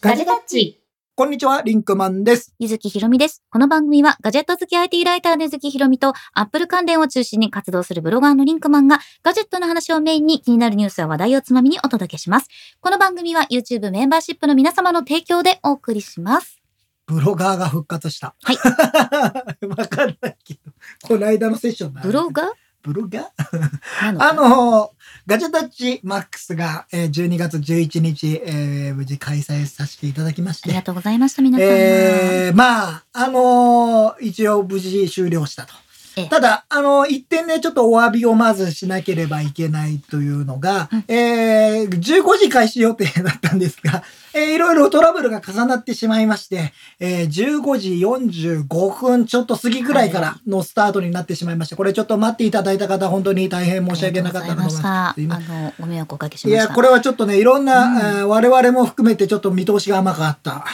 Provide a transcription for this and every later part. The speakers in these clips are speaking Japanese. ガジェタッチ。こんにちは、リンクマンです。ゆずきひろみです。この番組はガジェット好き IT ライターのゆずきひろみと Apple 関連を中心に活動するブロガーのリンクマンがガジェットの話をメインに気になるニュースや話題をつまみにお届けします。この番組は YouTube メンバーシップの皆様の提供でお送りします。ブロガーが復活した。。はい わかんないけど、この間のセッションだブロガーブロガーな のあかのーガジェタッチマックスが、えー12月11日、えー無事開催させていただきましありがて、とうございました、皆さん。えーまあ、あのー一応無事終了したとええ。ただ、あのー一点ね、ちょっとお詫びをまずしなければいけないというのが、うんえー15時開始予定だったんですが、 えーいろいろトラブルが重なってしまいまして、えー15時45分ちょっと過ぎぐらいからのスタートになってしまいまして、これちょっと待っていただいた方、本当に大変申し訳なかったありなと思がとういござます。いすいまませんした。あの、ご迷惑をおかけしいましや、た。これはちょっとね、いろんな、うんえー我々も含めてちょっと見通しが甘かった。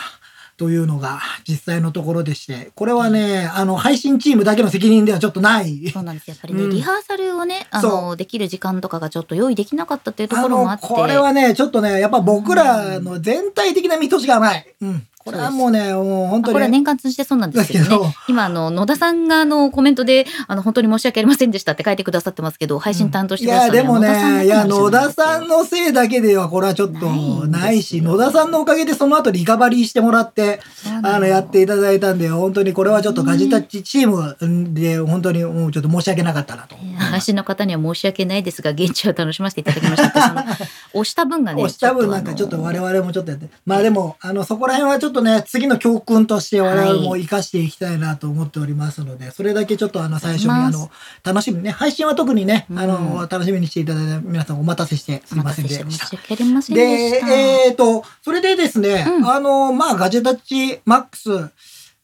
というのが実際のところでして、これはね、あの、配信チームだけの責任ではちょっとない。そうなんです。やっぱりね、うんリハーサルをね、あその、できる時間とかがちょっと用意できなかったっていうとあころもの、あって。これはね、ちょっとね、やっぱ僕らの全体的な見通しが甘い。うん。これはもうね、もう本まあ当これはに。年間通じてそうなんですけだけどどね。今、あの、野田さんが、あの、コメントで、あの、本当に申し訳ありませんでしたって書いてくださってますけど、配信担当していくださや、るのではもね、いや、野田さのんのせいだけでは、これはちょっとなないんいですし、よ野田さんのおかげでその後リカバリーしてもらって、あの、やっていただいたんで、本当にこれはちょっとガジタッチチームうんで、本当にもうちょっと申し訳なかったなと。えー配信の方には申し訳ないですが、現地を楽しませていただきましたって。その押した分がね。押した分なんかちょっと我々もちょっとやって、まあでも、あの、そこら辺はちょっとね、次の教訓として我々もはい生かしていきたいなと思っておりますので、それだけちょっとあの、最初にありあますの、楽しみにね、配信は特にね、あうの、ん楽しみにしていただいた皆さんお待たせしてすいお待またせせんでしして申たし。訳ありませんで、でした。えっ、と、それでですね、うんあの、まあ、ガジェタッチマックス、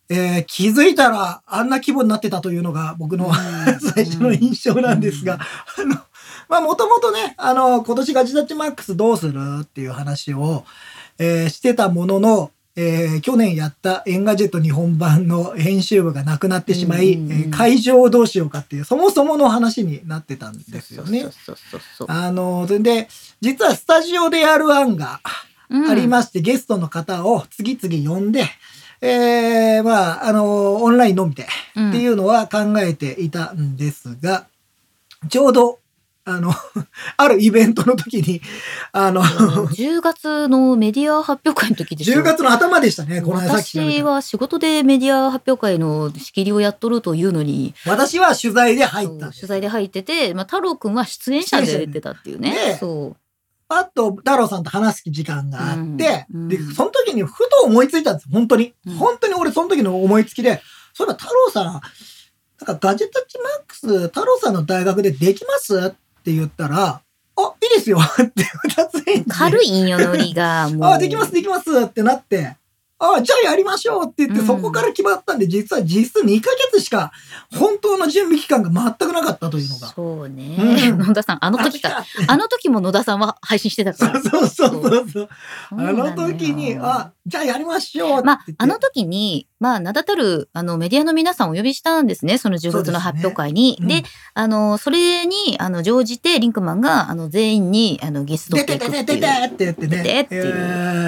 えー気づいたらあんな規模になってたというのが僕の、うん 最初の印象なんですが、あの、まあ、もともとね、あの、今年ガジェタッチマックスどうするっていう話を、えーしてたものの、えー去年やったエンガジェット日本版の編集部がなくなってしまい、うんうんうんえー会場をどうしようかっていう、そもそもの話になってたんですよね。そうそうそうそうそうあの、それで、実はスタジオでやる案がうんありまして、ゲストの方を次々呼んで、えー、まあ、あの、オンラインのみで、うんっていうのは考えていたんですが、ちょうど、あの、 あるイベントの時に、あの、あの10月のメディア発表会の時ですよ10月の頭でしたね、この間さっき調べ私たらは仕事でメディア発表会の仕切りをやっとるというのに、私は取材で入ったそんうです取材で入ってて、まあ、太郎くんは出演者出演で者で出たっていうね。ねそパッと太郎さんと話す時間があって、うんうんで、その時にふと思いついたんですよ、本当に。うん本当に俺その時の思いつきで、そういえば太郎さん、なんかガジェタッチマックス、太郎さんの大学でできますって言ったら、あ、いいですよって2つ返う。軽い。い引用の りがもう。あ、できます、できますってなって、あ、じゃあやりましょうって言って、うんそこから決まったんで、実は実質2ヶ月しか本当の準備期間が全くなかったというのが。そうね。うん野田さん、あの時か。あ。あの時も野田さんは配信して たそからう。そうそうそうそう。そうなあよの時に、あ、じゃあやりましょうって言まっあて、あの時に、まあ、名だたる、あの、メディアの皆さんをお呼びしたんですね、その10月の発表会に。そうで,、ですねあの、それに、あの、乗じて、リンクマンが、あの、全員に、あの、ゲスト出ってていくてっていてててっう。て言ってね。出てっていえう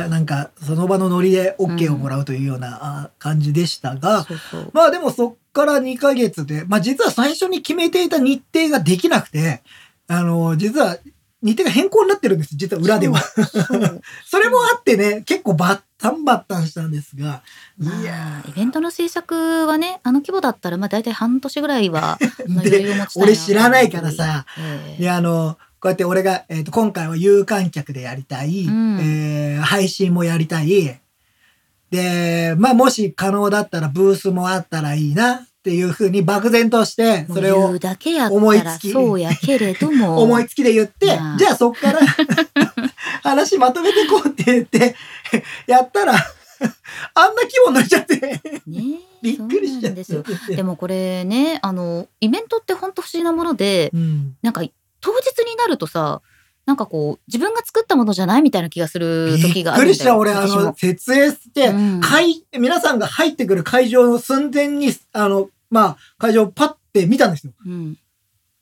ーなんか、その場のノリで OK をもらうというようなあ感じでしたが、そう そう。まあでもそっから2ヶ月で、まあ実は最初に決めていた日程ができなくて、あの、実は日程が変更になってるんです、実は裏では。そうそれもあってね、結構バッタンバッタンしたんですが、いまやあ、イベントの制作はね、あの規模だったら、まあ、大体半年ぐら いは、まあで余裕を持ちたい俺知らないからさ、ええであのこうやって俺が、えー、と今回は有観客でやりたい、うんえー配信もやりたいでまあもし可能だったらブースもあったらいいなっていうふうに漠然としてもうそれ言をうだけやっ思いたらつきそうやけれど も思いつきで言ってまあじゃあそっから 話まとめてこうって言ってやったらあんな規模になっちゃってねびっくりしそうちなゃんってですよ。でもこれねあのイベントって本当不思議なものでうんなんか当日になるとさなんかこう自分が作ったものじゃないみたいな気がする時びっがあくるんだよりした俺あ私のも設営して、うん会、皆さんが入ってくる会場の寸前に、あの、まあ、会場をパッて見たんですよ。うん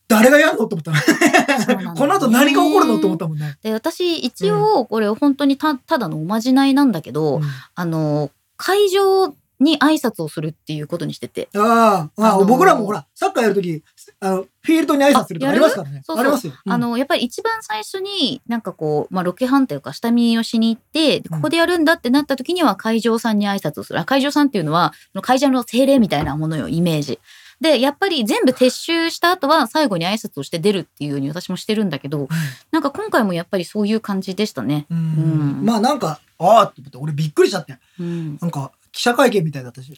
誰がやるのと思ったそうなんだよの。ねこの後何が起こるのとと思ったもんね。で私一応これ本当にたただのおまじないなんだけど、うんあの会場に挨拶をするっていうことにしててああ、ああのあー僕らもほら、サッカーやるとき、あの、フィールドに挨拶するとかありますからね。あやあるりますよ。うんあ、のやっぱり一番最初になんかこう、まあ、ロケハンというか下見をしに行ってでうんここでやるんだってなった時には会場さんに挨拶をするあ会場さんっていうのはその会場の精霊みたいなものよイメージ。でやっぱり全部撤収した後は最後に挨拶をして出るっていうように私もしてるんだけどなんか今回もやっぱりそういう感じでしたね。ううんんまあなんか、ああ、と思って、俺びっくりしちゃって。 うん、ねなんか、記者会見みたいだったし。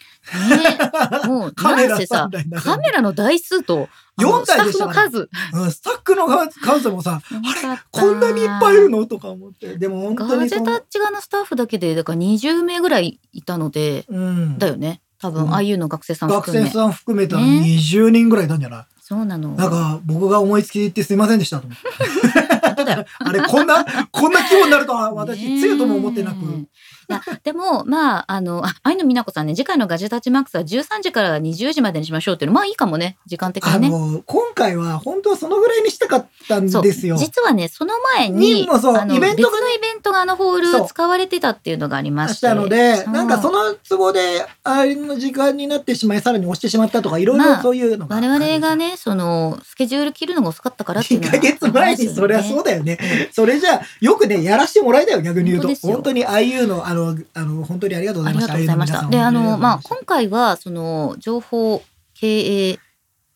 もうカメ なんラせささん台並んでカメラの台数とあの4スタ台ッでしフたのね数うんスタッフの感想もさ、あれ、こんなにいっぱいいるのとか思って。でも本ガ当にジそェタのッ、チ側のスタッフだけでだから20名ぐらいいたので、うんだよね多分、うんああいうの学生さん学含生めさん含めたらね20人ぐらいいたんじゃないそうなのなんか、僕が思いつきで言ってすいませんでしたと思 って。本当だよあれ、こんな、こんな規模になるとは私、ねえつゆとも思ってないく。やでもまああのあ愛の美奈子さんね次回の「ガジェタッチマックス」は13時から20時までにしましょうっていうのまあいいかもね時間的あにねの、今回は本当はそのぐらいにしたかったんそうですよ。実はねその前ににもそうあのイベントが別のイベントがあのホーそルう使われてたっていうのがありまししてたので、そうなんかその都合で、あれの時間になってしまい、さらに押してしまったとか、いろいまろあそういうのが。我々が。ねそのスケジュール切るのが遅かったからっていうの1ヶ月前にそりゃそうだよね。それじゃあ、よくね、やらしてもらいたいよ、逆に言う本と。当ですよ本当に、ああいうの、あの、あの、本当にありがとうごあざいました。りがとうございましあた。あいで、うあの皆さんの、まあ、本今回は、その、情報経営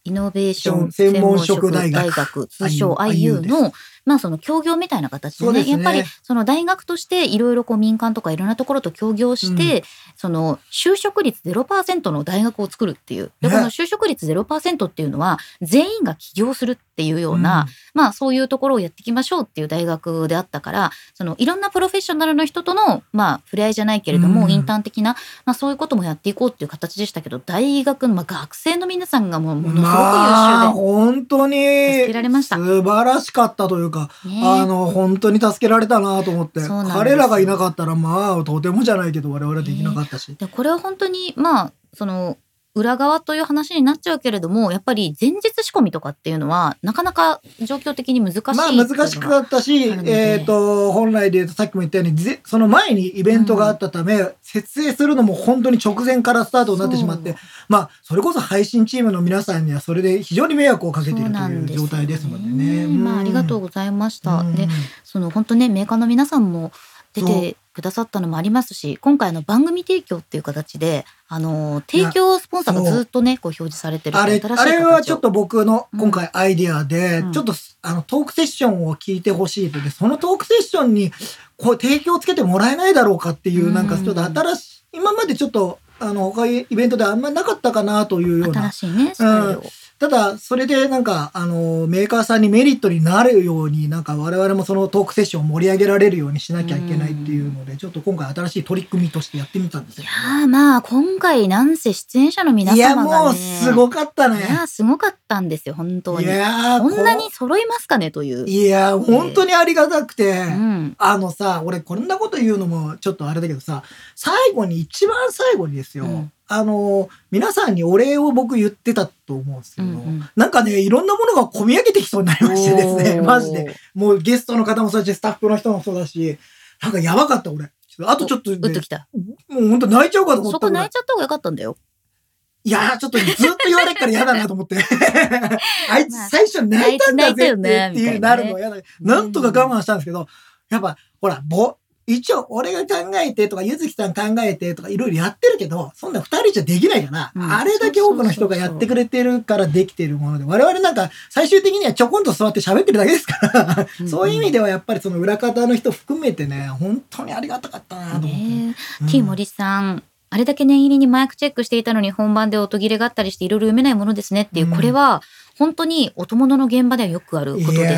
イノベーション専門職専大門通称 IU IU の、まあ、その協業みたいな形でそうね、ですねやっぱり、その大学として、いろいろこう民間とかいろんなところと協業して、その、就職率0%の大学を作るっていう。で、ねこの就職率0%っていうのは、全員が起業するっていうような、まあそういうところをやっていきましょうっていう大学であったからそのいろんなプロフェッショナルの人とのまあ触れ合いじゃないけれども、うんインターン的な、まあ、そういうこともやっていこうっていう形でしたけど大学の、まあ、学生の皆さんがもうものすごく優秀で、まあ、本当に助けられました素晴らしかったというか、ねあの本当に助けられたなと思ってそうなんですよ彼らがいなかったらまあとてもじゃないけど我々はできなかったし、でこれは本当にまあその裏側という話になっちゃうけれどもやっぱり前日仕込みとかっていうのはなかなか状況的に難しいまあ難しかったし、あるのでえっ、と、本来で言うとさっきも言ったように、ぜその前にイベントがあったため、設営するのも本当に直前からスタートになってしまっそて、まあ、それこそ配信チームの皆さんにはそれで非常に迷惑をかけていそうるとないんうですよ状態ですのでね。まあありがとうごございました。うんでその本当ねメーカーの皆さんも出てくださったのもありますし今回あの番組提供っていう形であの提供スポンサーがずっとねこう表示されてるあれ、新しいあれはちょっとと僕の今回アイディアで、うんちょっとすあのトークセッションを聞いてほしいとで、そのトークセッションにこう提供つけてもらえないだろうかっていう、うんなんかちょっと新しい、今までちょっとあの他イベントであんまりなかったかなというよう新な。しいねスタイルを、ただ、それでなんかあのメーカーさんにメリットになるように、なんか我々もそのトークセッションを盛り上げられるようにしなきゃいけないっていうので、ちょっと今回新しい取り組みとしてやってみたんですよい。やーまあ今回なんせ出演者の皆いや、様もがうねすごかったいやね。ーすごかったんですよ本当いにやーこんなに揃いますかねという、いや、本当にありがたくて、うん、あのさ、俺こんなこと言うのもちょっとあれだけどさ、最後に、一番最後にですよ、うんあの、皆さんにお礼を僕言ってたと思うんですけど、うんうんなんかね、いろんなものが込み上げてきそうになりましてですね、おーマジで。もうゲストの方もそうだし、スタッフの人もそうだし、なんかやばかった俺。ちょっとあとちょっと、ねうっときたもう本当泣いちゃうかと思っそたこぐら泣いいちゃった方がよかったんだよいやー、ちょっとずっと言われっから嫌だなと 思って。あいつまあ最初泣いたんだぜってあいつ泣いたよねっていうみたないなるねの嫌だ。なんとか我慢したんですけど、やっぱ、ほら、ぼ、一応俺が考えてとか、ゆずきさん考えてとか、いろいろやってるけど、そんな二人じゃできないから、うんあれだけ多くの人がやってくれてるからできてるもので、我々なんか最終的にはちょこんと座って喋ってるだけですから、うんそういう意味ではやっぱりその裏方の人含めてね、本当にありがたかったなと思って。ねうん T 森さん、あれだけ念入りにマイクチェックしていたのに本番で音切れがあったりしていろいろ読めないものですねっていう、うんこれは本当に音物の現場ではよくあることでいしや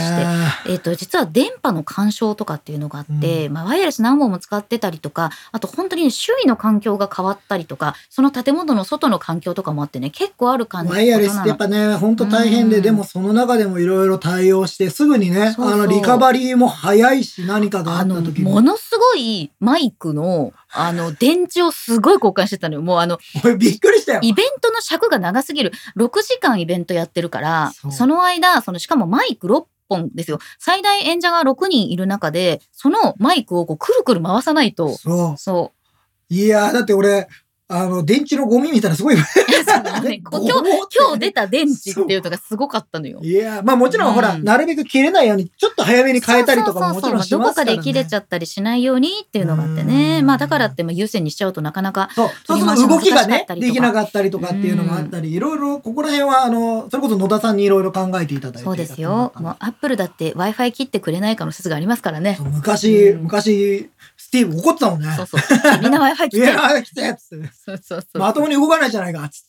ーて。えっと実は電波の干渉とかっていうのがあって、まあ、ワイヤレス何本も使ってたりとかあと本当に周囲の環境が変わったりとかその建物の外の環境とかもあってね結構ある感じワイヤレスってやっことぱね、本当大変うで、んでもその中でもいろいろ対応して、すぐにね、そうそうあの、リカバリーも早いし、何かがあなっのたあの時もに。のすごいマイクのあの電池をすごい交換してたのよもうあの俺びっくりしたよ。 イベントの尺が長すぎる6時間イベントやってるからそそうの間そのしかもマイク6本ですよ。最大演者が6人いる中で、そのマイクをこうくるくる回さないと、そう。そいやー、だって俺、あの、電池のゴミみたいなすごい。う。そうなの ねこう今日、今日出た電池っていうのがすごかったのよ。いやー、まあもちろんほら、うんなるべく切れないように、ちょっと早めに変えたりとかももちろんしますからね。どこかで切れちゃったりしないようにっていうのがあってね。うんまあだからってまあ優先にしちゃうとなかなか。そう、そうすると動きがね、できなかったりとかっていうのもうんあったり、いろいろ、ここら辺は、あの、それこそ野田さんにいろいろ考えていただいて。そうですよ。もうアップルだって Wi-Fi 切ってくれないかの説がありますからねそ。う昔、うん昔、スティーブ怒ってたもんね。そうそう。みんな Wi-Fi い切って。や、来てっつって。そうそうそう。まともに動かないじゃないかっつ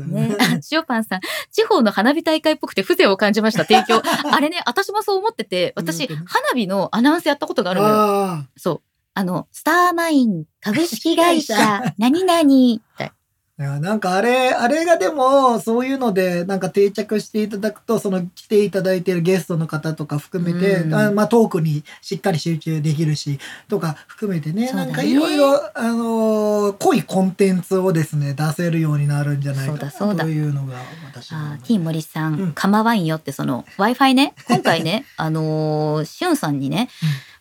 って。ね、あ塩パンさん、地方の花火大会っぽくて風情を感じました、提供。 あれね、私もそう思ってて、私、うん花火のアナウンスやったことがあるの よ。あそう。あの、スターマイン株式 会社株式、何々、みたいなあ。いやなんかあれ、あれがでも、そういうので、なんか定着していただくと、その来ていただいているゲストの方とか含めて、うんあまあトークにしっかり集中できるし、とか含めてね、そうだなねんかいろいろ、あのー濃いコンテンツをですね、出せるようになるんじゃないかそうだなそうだというのが私の思いまあすー、T 森さん、うん構わんよって、その、Wi-Fi ね、今 回ね、あのー、しゅんさんにね、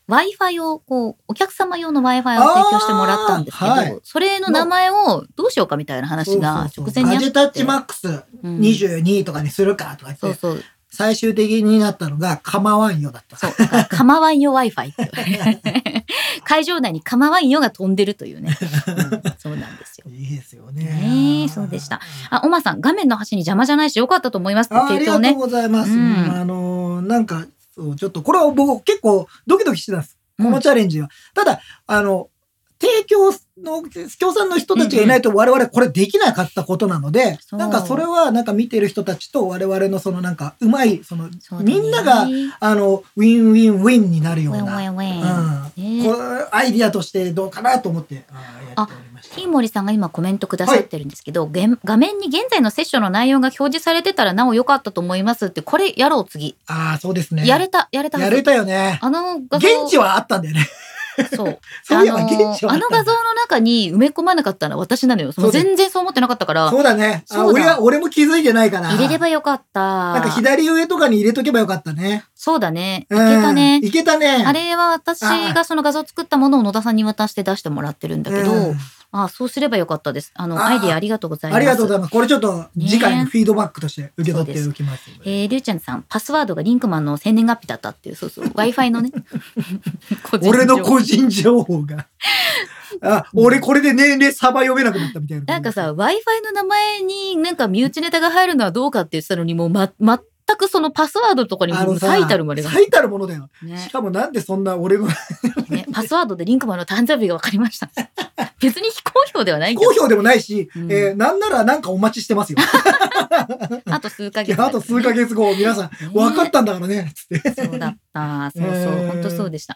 Wi-Fi を、こう、お客様用の Wi-Fi を提供してもらったんですけど、あーはいそれの名前をどうしようかみたいな話がそうそう直そ前うガにあって。ジェタッチマックスうん22とかにするかとか言って、そうそう。最終的になったのが構わんよだった。そう。だ から、構わんよ Wi-Fi って言われて 会場内に構わんよが飛んでるというね。うんそうなんですよ。いいですよねね。えそうでした。あ、おまさん、画面の端に邪魔じゃないし、よかったと思いますってああ提りが供とうね。ございます。うんあのーなんか、そうちょっと、これは僕結構ドキドキしてたんです。うんこのチャレンジは。ただ、あの、提供の、協賛の人たちがいないと我々これできなかったことなので、そうなんかそれはなんか見てる人たちと我々のそのなんかうまい、その、そうだねみんながウ、あの、ウィンウィンウィンになるようェンウェな、ンウうェン。ん、ねえこれアイディアとしてどうかなと思ってあーやっておりました。ティーモリさんが今コメントくださってるんですけど、げん画面に現在のセッションの内容が表示されてたらなお良かったと思いますって、これやろう次。ああ、そうですね。やれた、やれたはやずれたよね。あの画像、現地はあったんだよね。 そう。そういえばあの現地はあったのんだ画像の中に埋め込まなかったのは私なのよ。そそのうだ全然そう思ってなかったから、そうだね。あそうだ俺は、俺も気づいてないから。入れればよかった。なんか左上とかに入れとけばよかったね。そうだね。いうんけたね。いけたね。あれは私がその画像を作ったものを野田さんに渡して出してもらってるんだけど、うんああそうすればよかったです。あの、あーアイディアありがとうございまあす。りがとうございます。これちょっと次回のフィードバックとして受け取っておきます。えー、りゅうちゃんさん、パスワードがリンクマンの生年月日だったっていう、そう そう、Wi-Fi のね、個人情報俺の個人情報 が。あ、俺これで年齢サバ読めなくなったみたいな。なんかさ、Wi-Fi の名前になんか身内ネタが入るのはどうかって言ってたのに、もうま、全くそのパスワードとかにあのさ、最たるまでが、最たるものだよ。ねしかもなんでそんな俺のね、パスワードでリンクマンの誕生日が分かりました。別に非公表ではないけ好評でもないし、うんえーなんならなんかお待ちして ますよ。ど、あと数ヶいや月。あと数ヶ月後、皆さん、 分かったんだからね、つって。そうだった。そうそう。えー本当そうでした。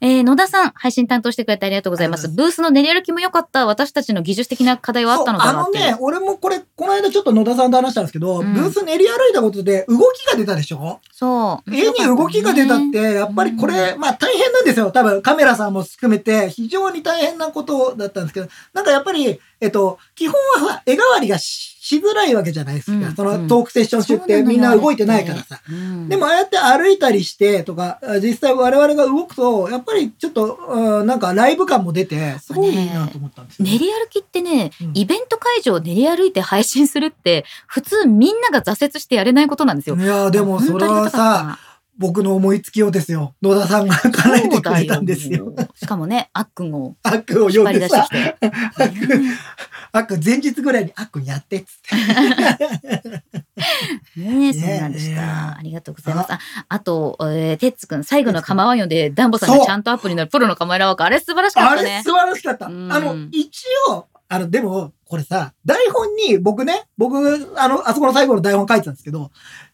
えー野田さん、配信担当してくれてありがとうございます。ブースの練り歩きも良かった。私たちの技術的な課題はあったのそうかあなっのて。ね、俺もこれ、この間ちょっと野田さんと話したんですけど、うんブース練り歩いたことで動きが出たでしょそう。絵に動きが出たって、やっぱりこれ、まあ大変なんですよ。多分カメラさんも含めて、非常に大変なことだったんですけど、なんかやっぱり、えっと、基本は絵代わりがししづらいわけじゃないですか。うんそのトークセッション中ってみんな動いてないからさ。うん。でもああやって歩いたりしてとか、あ実際我々が動くと、やっぱりちょっと、うんなんかライブ感も出て、すごいいいなと思ったんですよ。練り歩きってね、うんイベント会場を練り歩いて配信するって、普通みんなが挫折してやれないことなんですよ。いやーでもそれはさ、僕の思いつきをですよ。野田さんが 叶えて本当くにれたありがたかったんですよ。。そうだよしかもね、あっくんをあっくんを引っ呼張んりで出してさき、て。あっくん、あっくん前日ぐらいにあっくんやってっつって。ねえ、ねそうなんでしねた。ありがとうございます。ああと、えー、てっつくん、最後の構わんよで、ダンボさんそがうちゃんとアップになるプロのカメラワーク、あれ素晴らしかあったれね。素晴らしかった。あうんの、一応、あの、でも、これさ、台本に僕ね、僕、あの、あそこの最後の台本書いてたんですけど、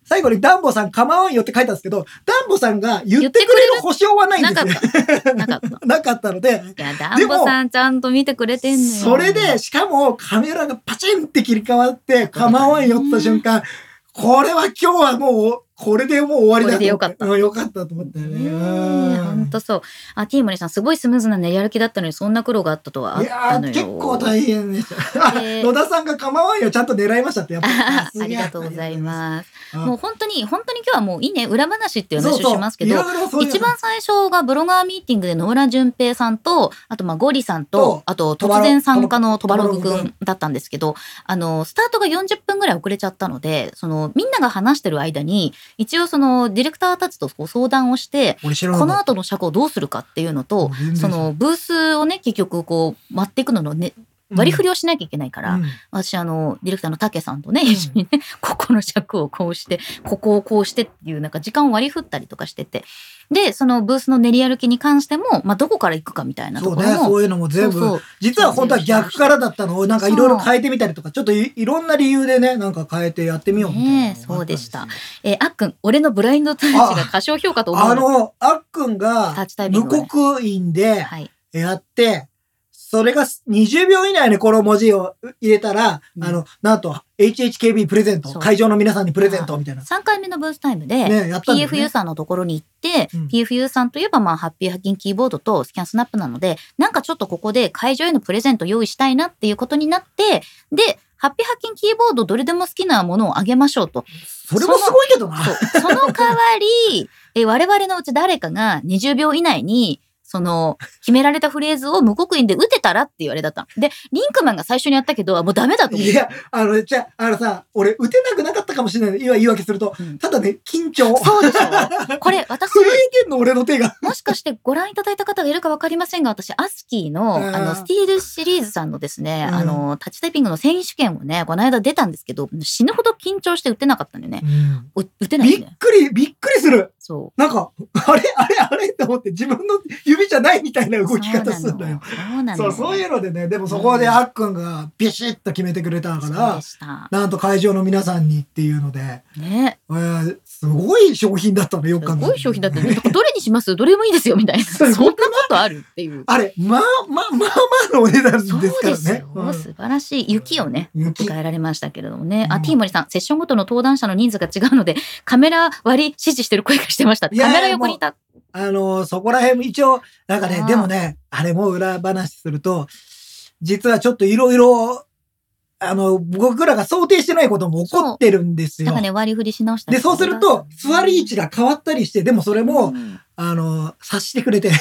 最後にダンボさん構わんよって書いたんですけど、ダンボさんが言ってくれる保証はないんなでかすっよ。た。なかった。いなかったので、や、ダンボさんちゃんと見てくれてんのよ。それで、、しかもカメラがパチンって切り替わって、構わんよった瞬間、これは今日はもう、これでもう終わりだと思これでよかったうんよかったと思ったよね。うん本当そう。あ、ティーモリさん、すごいスムーズな練り歩きだったのに、そんな苦労があったとはあっいやたーのよ。結構大変でした。あえー野田さんが構わんよちゃんと狙いましたってやっぱり。あさすが ありがとうございます。ありがともうう本当に、本当に今日はもういいね、裏話っていうございます。話をしますけそどう、そういろいろそういう一番最初がブロガーミーティングで野村淳平さんと、あとまあゴリさんとと、あと突然参加のトバログ君だったんですけど、あの、スタートが40分ぐらい遅れちゃったので、その、みんなが話してる間に、一応その、ディレクターたちとこう相談をして、俺知らなかこったの後の尺をどうするかっていうのと、全然知らそないの、ブースをね、結局こう、割っていくののね、割り振りをしなきゃいけないから、うん私あのディレクターの竹さんとねうん一緒にね、 ここの尺をこうしてここをこうしてっていうなんか時間を割り振ったりとかしててでそのブースの練り歩きに関しても、まあ、どこから行くかみたいなそとうこねろもそういうのも全部そうそう実は本当は逆からだったのをなんかいろいろ変えてみたりとかちょっといいろんな理由でねなんか変えてやってみようみたいなのがあったんよねえそうでしたえーあっくん俺のブラインドタッチが過小評価と思うあのあっくんがタッチタイミン無グをね刻印ではいやってそれが20秒以内にこの文字を入れたら、うんあのなんと HHKB プレゼントそう会場の皆さんにプレゼントみたいな。 3回目のブースタイムで、ねやったんだよ PFU ね。さんのところに行って、うん PFU さんといえばまあハッピーハッキンキーボードとスキャンスナップなのでなんかちょっとここで会場へのプレゼント用意したいなっていうことになってでハッピーハッキンキーボードどれでも好きなものをあげましょう と。それもすごいけどな。そうその代わり、え我々のうち誰かが20秒以内に、その、決められたフレーズを無刻印で打てたらって言われだったの。で、リンクマンが最初にやったけど、あもうダメだと思っいて。や、あの、じゃあ、あのさ、俺、打てなくなかったかもしれない。今言い訳するとう。んただね、緊張。そうでしょこれ、私、震えてんの、俺の手が。もしかしてご覧いただいた方がいるかわかりませんが、私、アスキーの、うんあの、スティールシリーズさんのですね、うんあの、タッチタイピングの選手権をね、この間出たんですけど、死ぬほど緊張して打てなかったんでね。お打てないんびでっね。くり、びっくりする。そう。なんか、あれ、あれ、あれって思って、自分の指じゃないみたいな動き方するんだよ。そうなの。そう、そういうのでね、でもそこであっくんがビシッと決めてくれたかそうらで、した。なんと会場の皆さんにっていうので、ね。えーすごい商品だったのよ、よく考すえたらごい商品だって、ね、どれにしますどれもいいですよみたいな。そんごくなないことあるっていう。 あれ、まあ、まあ、まあまあのお値段ですそうかでらね。すよ、うん素晴らしい雪をね雪迎えられましたけれどもね、うあんティーモリさんセッションごとの登壇者の人数が違うのでカメラ割り指示してる声がしてましたカいやいやメラ横にいたあの、そこら辺も一応、なんかあね、ーでもね、あれも裏話すると、実はちょっといろいろ、あの、僕らが想定してないことも起こってるんですだよか。らね割り振りし直したで、そうすると、座り位置が変わったりして、でもそれも、うんあの、察してくれて。そ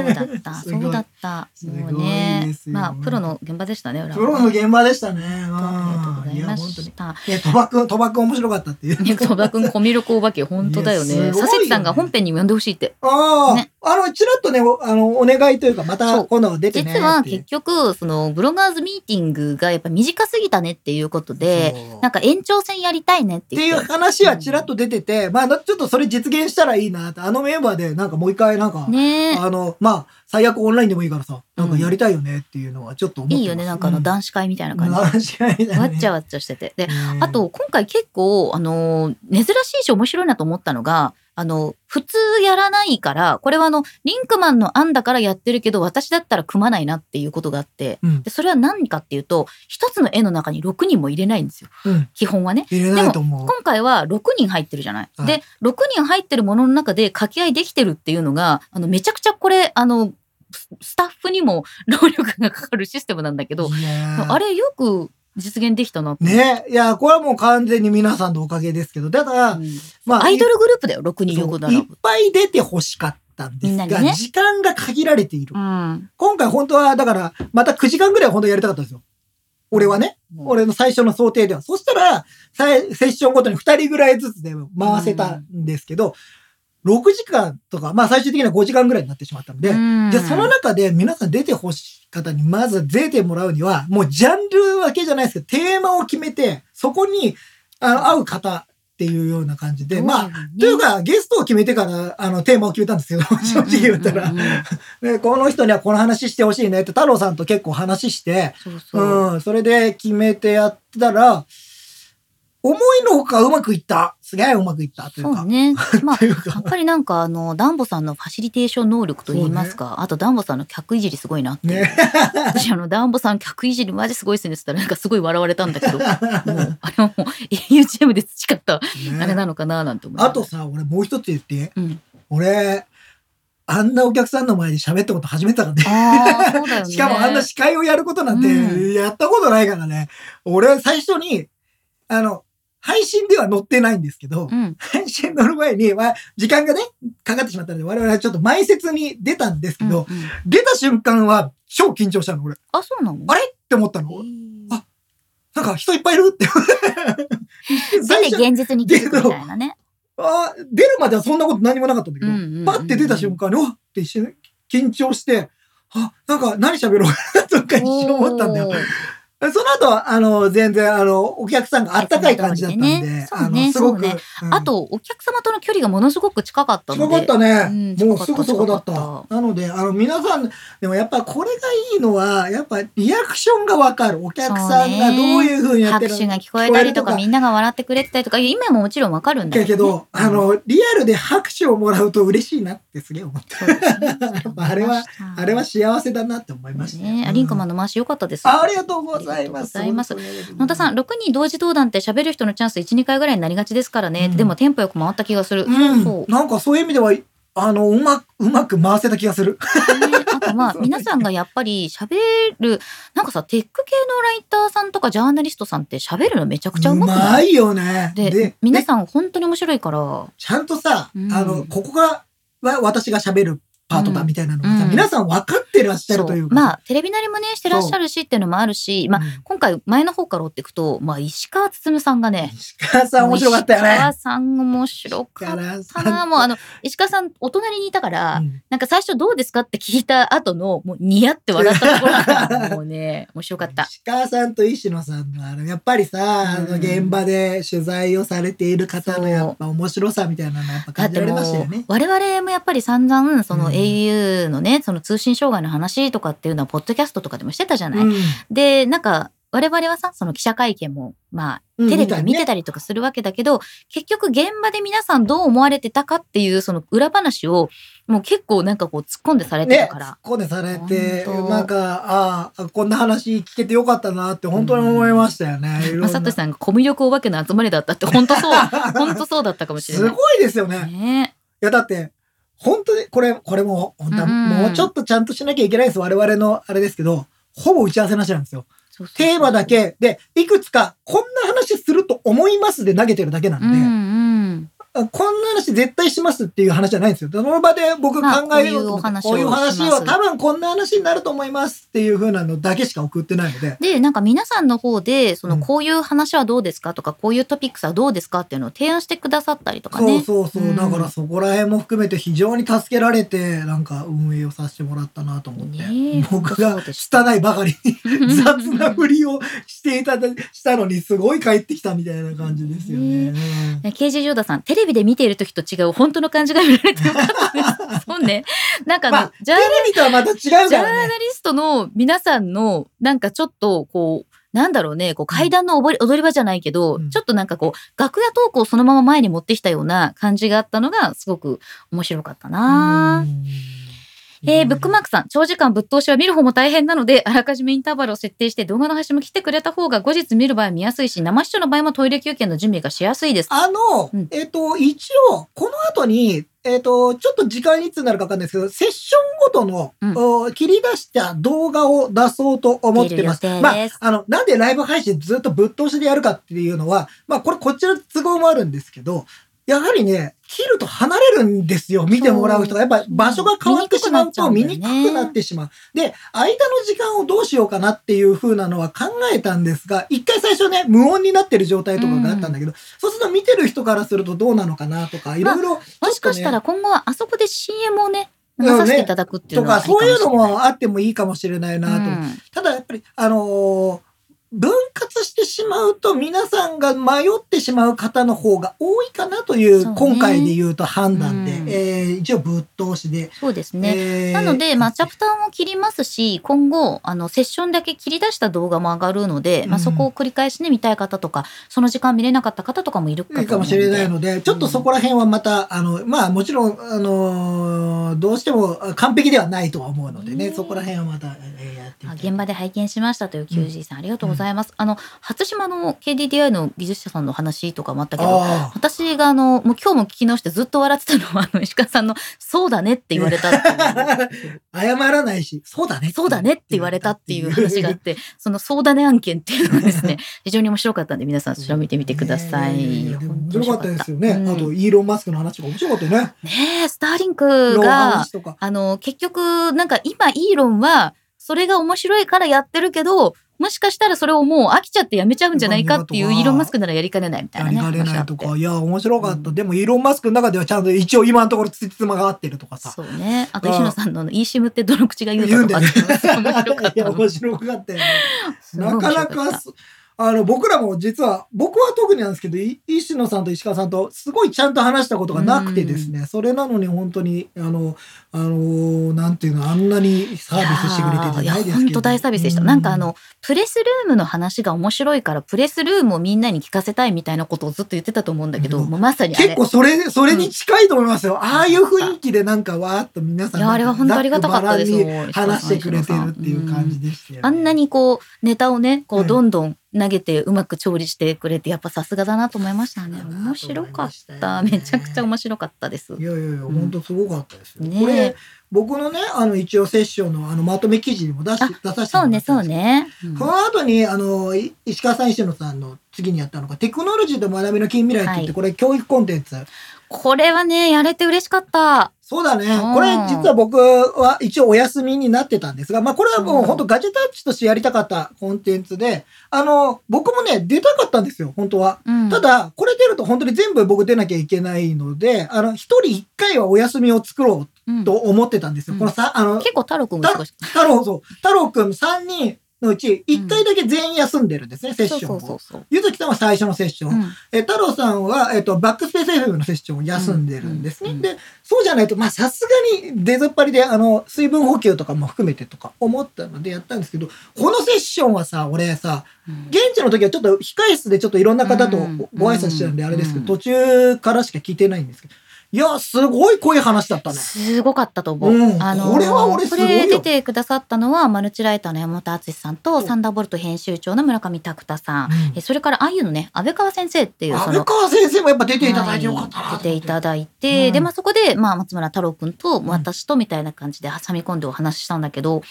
うだっ たすそごいうだったもうすごいでねすよまあプロの現場でしたね裏プロの現場でしたね。うんありいがや、とうございま本当にし。たいや、賭博、賭博面白かったっていう。ね戸田君コミュ力お化け本当だよいねやすごいよね佐々木さんが本編にも呼んでほしいってああ、ねあの、ちらっとね、おあの、お願いというか、まそたう今度出てねって実は結局そのブロガーズミーティングがやっぱ短すぎたねっていうことでそうなんか延長戦やりたいねってって言いっうて話はちらっと出てて、まあ、なちょっとそれ実現したらいいなって、あのメンバーでなんかもう一回なんか、ねえあの、まあ、最悪オンラインでもいいからさ、なんかやりたいよねっていうのはちょっと思ってます。いいよねなんかあの男子会みたいなうん感じ、話し合いだねわっちゃわっちゃしててで、うんあと今回結構あのー珍しいし面白いなと思ったのがあの普通やらないからこれはあのリンクマンの案だからやってるけど私だったら組まないなっていうことがあってうんでそれは何かっていうと一つの絵の中に6人も入れないんですようん、基本はね。入れないと思う。今回は6人入ってるじゃない。はいで6人入ってるものの中で掛け合いできてるっていうのがあのめちゃくちゃこれあのススタッフにも 労力がかかるシステムなんだけどいやーあれよく実現できたなって、ねいや、これはもう完全に皆さんのおかげですけど、ただ、うんまあ、アイドルグループだよ6人そ横う並いっぶ。ぱい出てほしかったんでみすんなにが、ね時間が限られているう。ん、今回本当は、だから、また9時間ぐらい本当はやりたかったんですよ。俺はね。もう俺の最初の想定では。そしたら、さいセッションごとに2人ぐらいずつで回せたんですけど、6時間とか、まあ最終的には5時間ぐらいになってしまったので、うんで、その中で皆さん出てほしい方にまず出てもらうには、もうジャンル分けじゃないですけど、テーマを決めて、そこに、あの、合う方っていうような感じで、まあ、というか、ゲストを決めてから、あの、テーマを決めたんですけど、正直言ったらうんうんうんうん、ねこの人にはこの話してほしいねって、太郎さんと結構話して、そうそう、うん、それで決めてやったら、思いのほかうまくいった。すげえうまくいったというそか。うね。まあ、というやかっぱりなんかあの、ダンボさんのファシリテーション能力といいますか、あとダンボさんの客いじりすごいなって。ね。私あの、ダンボさん客いじりマジすごいっすねって言ったらなんかすごい笑われたんだけ ど、もう、あれはもう YouTube で培ったあれなのかななんて思いなあがらとさ、俺もう一つ言って。うん。俺、あんなお客さんの前で喋ったこと初めてだからね。ああ、そうだよね。しかもあんな司会をやることなんうてやったことないからね。俺最初に、あの、配信では載ってないんですけど、うん。配信乗る前に、まあ、時間がね、かかってしまったので、我々はちょっと前説に出たんですけうんうど、ん出た瞬間は超緊張したの、俺。っあ、そうなのあれて思ったの。あなんか人いっぱいいる って。出最て初、現実に気づくみたいなね。あー出るまではそんなこと何もなかったんだけど、パッて出た瞬間間に、おっって一瞬緊張して、あ、なんか何喋ろうかなとか一瞬思ったんだよ。。その後は、あの、全然、あの、お客さんがあったかい感じだったんで、いつも通りでねあその、うねすごく、そうねうんあと、お客様との距離がものすごく近かったの近で。かったね、うんもうすぐそこだった近かっなのであの皆さんでもやっぱこれがいいのはやっぱリアクションがわかるお客さんがどういうふうにやって拍るの手が聞こえたりとか、みんなが笑ってくれてたりとか、今ももちろんわかるんだだけど、あ、のリアルで拍手をもらうと嬉しいなってすげえ思ったそうですねっ ぱあれは、あれは幸せだなって思いましたよね、あリンクマンの回し良かったです。あありがとうございますありがとうごす野田さん、6人同時登壇って喋る人のチャンス1、2回ぐらいになりがちですからね。うんでもテンポよく回った気がする。うん そうなんかそういう意味ではあのうまくうまく回せた気がするねあとまあ、皆さんがやっぱり喋る、なんかさ、テック系のライターさんとかジャーナリストさんって喋るのめちゃくちゃううまくなまいいよねで皆さん本当に面白いから。ちゃんとさ、うんあの、ここが、は私が喋るパートだみたいなのがさ、うん皆さん分かってらっしゃるというか。まあ、テレビ慣れもね、してらっしゃるしっていうのもあるし、まあ、うん今回前の方から追っていくと、まあ、石川つつむさんがね、石川さん面白かったよ石ね川。さん面白か石った。か川さなもうあの、石川さんお隣にいたから、んうんなんか最初どうですかって聞いた後の、もうニヤって笑ったところ が、もうね、面白かった。石川さんと石野さんのあのやっぱりさ、うんあの現場で取材をされている方そうのやっぱ面白さみたいなのやっぱだっ感じてられもましたようね。我々もやっぱり散々そのうん au のね、その通信障害の話とかっていうのはポッドキャストとかでもしてたじゃない、でなんか我々はさその記者会見もまあテレビで見てたたりとかするわけだけど、結局現場で皆さんどう思われてたかっていうその裏話をもう結構なんかこう突っ込んでされてねるから、、こねされて、本当なんか、ああ、こんな話聞けてよかったなって本当に思いましたよね。いろんまなさとしさんがコミュ力お化けの集まりだったって本当 そう本当そうだったかもしれすない。ごいですよね。ねいやだって本当にこれこれも本当はうんもうちょっとちゃんとしなきゃいけないです我々のあれですけどほぼ打ち合わせなしなんですよそうそうそうテーマだけでいくつかこんな話すると思いますで投げてるだけなうんんうんで、こんな話絶対しますっていう話じゃないんですよその場で僕考まあえようと思って、こういうお話をこういう話を多分こんな話になると思いますっていう風なのだけしか送ってないのででなんか皆さんの方でそのうんこういう話はどうですかとか、こういうトピックスはどうですかっていうのを提案してくださったりとかそうね。 そうそう、うんだからそこら辺も含めて非常に助けられてなんか運営をさせてもらったなと思って、ねえ僕がそうでし拙いばかりに雑なふりをしていただしたのにすごい帰ってきたみたいな感じですよね。ね刑事ジョーダさんテレビで見ている時と違う本当の感じが見られてよかった です。そうね。なんかあの、まあジャーテレビとはまた違うジかャーらナね。リストの皆さんのなんかちょっとこうなんだろうねこう階段の踊り踊り場じゃないけど、うんちょっとなんかこう楽屋トークをそのまま前に持ってきたような感じがあったのがすごく面白かったな。うんえー、ブックマークさん、長時間ぶっ通しは見る方も大変なので、あらかじめインターバルを設定して動画の配信も来てくれた方が後日見る場合は見やすいし、生視聴の場合もトイレ休憩の準備がしやすいです。あの、うんえっ、と、一応、この後に、えっ、と、ちょっと時間いつになるかわかんないですけど、セッションごとの、うんお切り出した動画を出そうと思ってます。出る予ま定であす、あの、なんでライブ配信ずっとぶっ通しでやるかっていうのは、まあ、これこっちの都合もあるんですけど、やはりね、切ると離れるんですよ。見てもらう人が。やっぱ場所が変わってしまうと見に見にくくくなっちゃうんだよねくなってしまう。で、間の時間をどうしようかなっていう風なのは考えたんですが、一回最初ね、無音になってる状態とかがあったんだけど、そうすると見てる人からするとどうなのかなとか、いろいろ、もしかしたら今後はあそこで CM をね、流だよねさせていただくっていうとのはか、ありかもそしうれいなうのもあってもいいかもしれないなと。うんただやっぱり、あのー分割してしまうと皆さんが迷ってしまう方の方が多いかなというそうね今回で言うと判断で、うんえー一応ぶっ通しで。そうですね。えーなので、まあ、チャプターも切りますし、今後、あの、セッションだけ切り出した動画も上がるので、まあ、うんそこを繰り返しね、見たい方とか、その時間見れなかった方とかもいるかといいかもしれないのので、ちょっとそこら辺はまた、あの、まあもちろん、あのーどうしても完璧ではないとは思うのでね、ねそこら辺はまた、えーやってあみたい現場で拝見しましたという QG さん、ありがとうございます。あの、初島の KDDI の技術者さんの話とかもあったけど、ああ私があの、もう今日も聞き直してずっと笑ってたのは、あの、石川さんの、そうだねって言われたって いう謝らないし、そうだね。そうだねって言われたっていう 話があって、そのそうだね案件っていうのがですね、非常に面白かったんで、皆さんそちら見てみてくださねい。えでも本面当に白かったですよね。うんあと、イーロン・マスクの話も面白かったよね。ねえ、スターリンロクーハが話、とか。あの、結局、なんか今、イーロンは、それが面白いからやってるけど、もしかしたらそれをもう飽きちゃってやめちゃうんじゃないかっていう、まあイーロン・マスクならやりかねないみたやいなりね。かねないと話があっか、いや、面白かった。うんでも、イーロン・マスクの中ではちゃんと一応今のところつじつまが合ってるとかてさ。そうね。あと、あー石野さんの eSIM ってどの口が言言ううんんだでとねかっていうのが面白かっ。いや、たの面白かったよね。すごいな面か白なったかす、あの、僕らも実は、僕は特になんですけど、い石野さんと石川さんとすごいちゃんと話したことがなくてですね、それなのに本当に、あの、あの、なんていうの、あんなにサービスしてくれてるいじゃやなーいでいやすけ本ど。当大サービスでした、うなんかあ、のプレスルームの話が面白いからプレスルームをみんなに聞かせたいみたいなことをずっと言ってたと思うんだけど、うんもうまさにあれ結構それ、それに近いと思いますよ。ああいう雰囲気でなんかわーっと皆さんいやあれは本当ありがたかったですざっくばもらんうに話してくれてるっていう感じでしたよねあんなにこうネタをねこはういどんどん投げてうまく調理してくれてやっぱさすがだなと思いましたね面白かっためちゃくちゃ面白かったですいやいやいや、ん本当すごかったですよ。ねえこれ、僕のね、あの、一応セッションの、あの、まとめ記事にも出し、出あさせてもらったんですけどそうねそう。ね、うんこの後に、あの、い石川さん、石野さんの次にやったのが、テクノロジーと学びの近未来って言って、はいこれ教育コンテンツ。これはねやれて嬉しかったそうだねうん。これ実は僕は一応お休みになってたんですが、まあこれはもううん本当ガジェタッチとしてやりたかったコンテンツで、あの、僕もね、出たかったんですよ、本当は。うんただ、これ出ると本当に全部僕出なきゃいけないので、あの、一人一回はお休みを作ろううんと思ってたんですよ。うんこのさ、あの、結構太郎くんも少し太郎、そう、太郎くん3人のうち1回だけ全員休んでるんですね、セッそうショそうンそをう。そうゆずきさんは最初のセッション。うんえー太郎さんは、えっとバックスペース FM のセッションを休んでるんですね。うんうんでそうじゃないとまあさすがに出ずっぱりであの水分補給とかも含めてとか思ったのでやったんですけどこのセッションはさ俺さうん現地の時はちょっと控え室でちょっといろんな方とうんご挨拶してたんであれですけど、うん途中からしか聞いてないんですけどいやすごい濃い話だったね。すごかったと思う。うんこれは俺すごいよこれ出てくださったのはマルチライターの山本敦さんと、うんサンダーボルト編集長の村上拓太さん、うんえそれからあゆのね安倍川先生っていう安そ倍の。川先生もやっぱ出ていただいてよかったなとは思っい出て、ていただいて、うんでまあそこで、まあ、松村太郎くんとん私とみたいな感じで挟み込んでお話ししたんだけど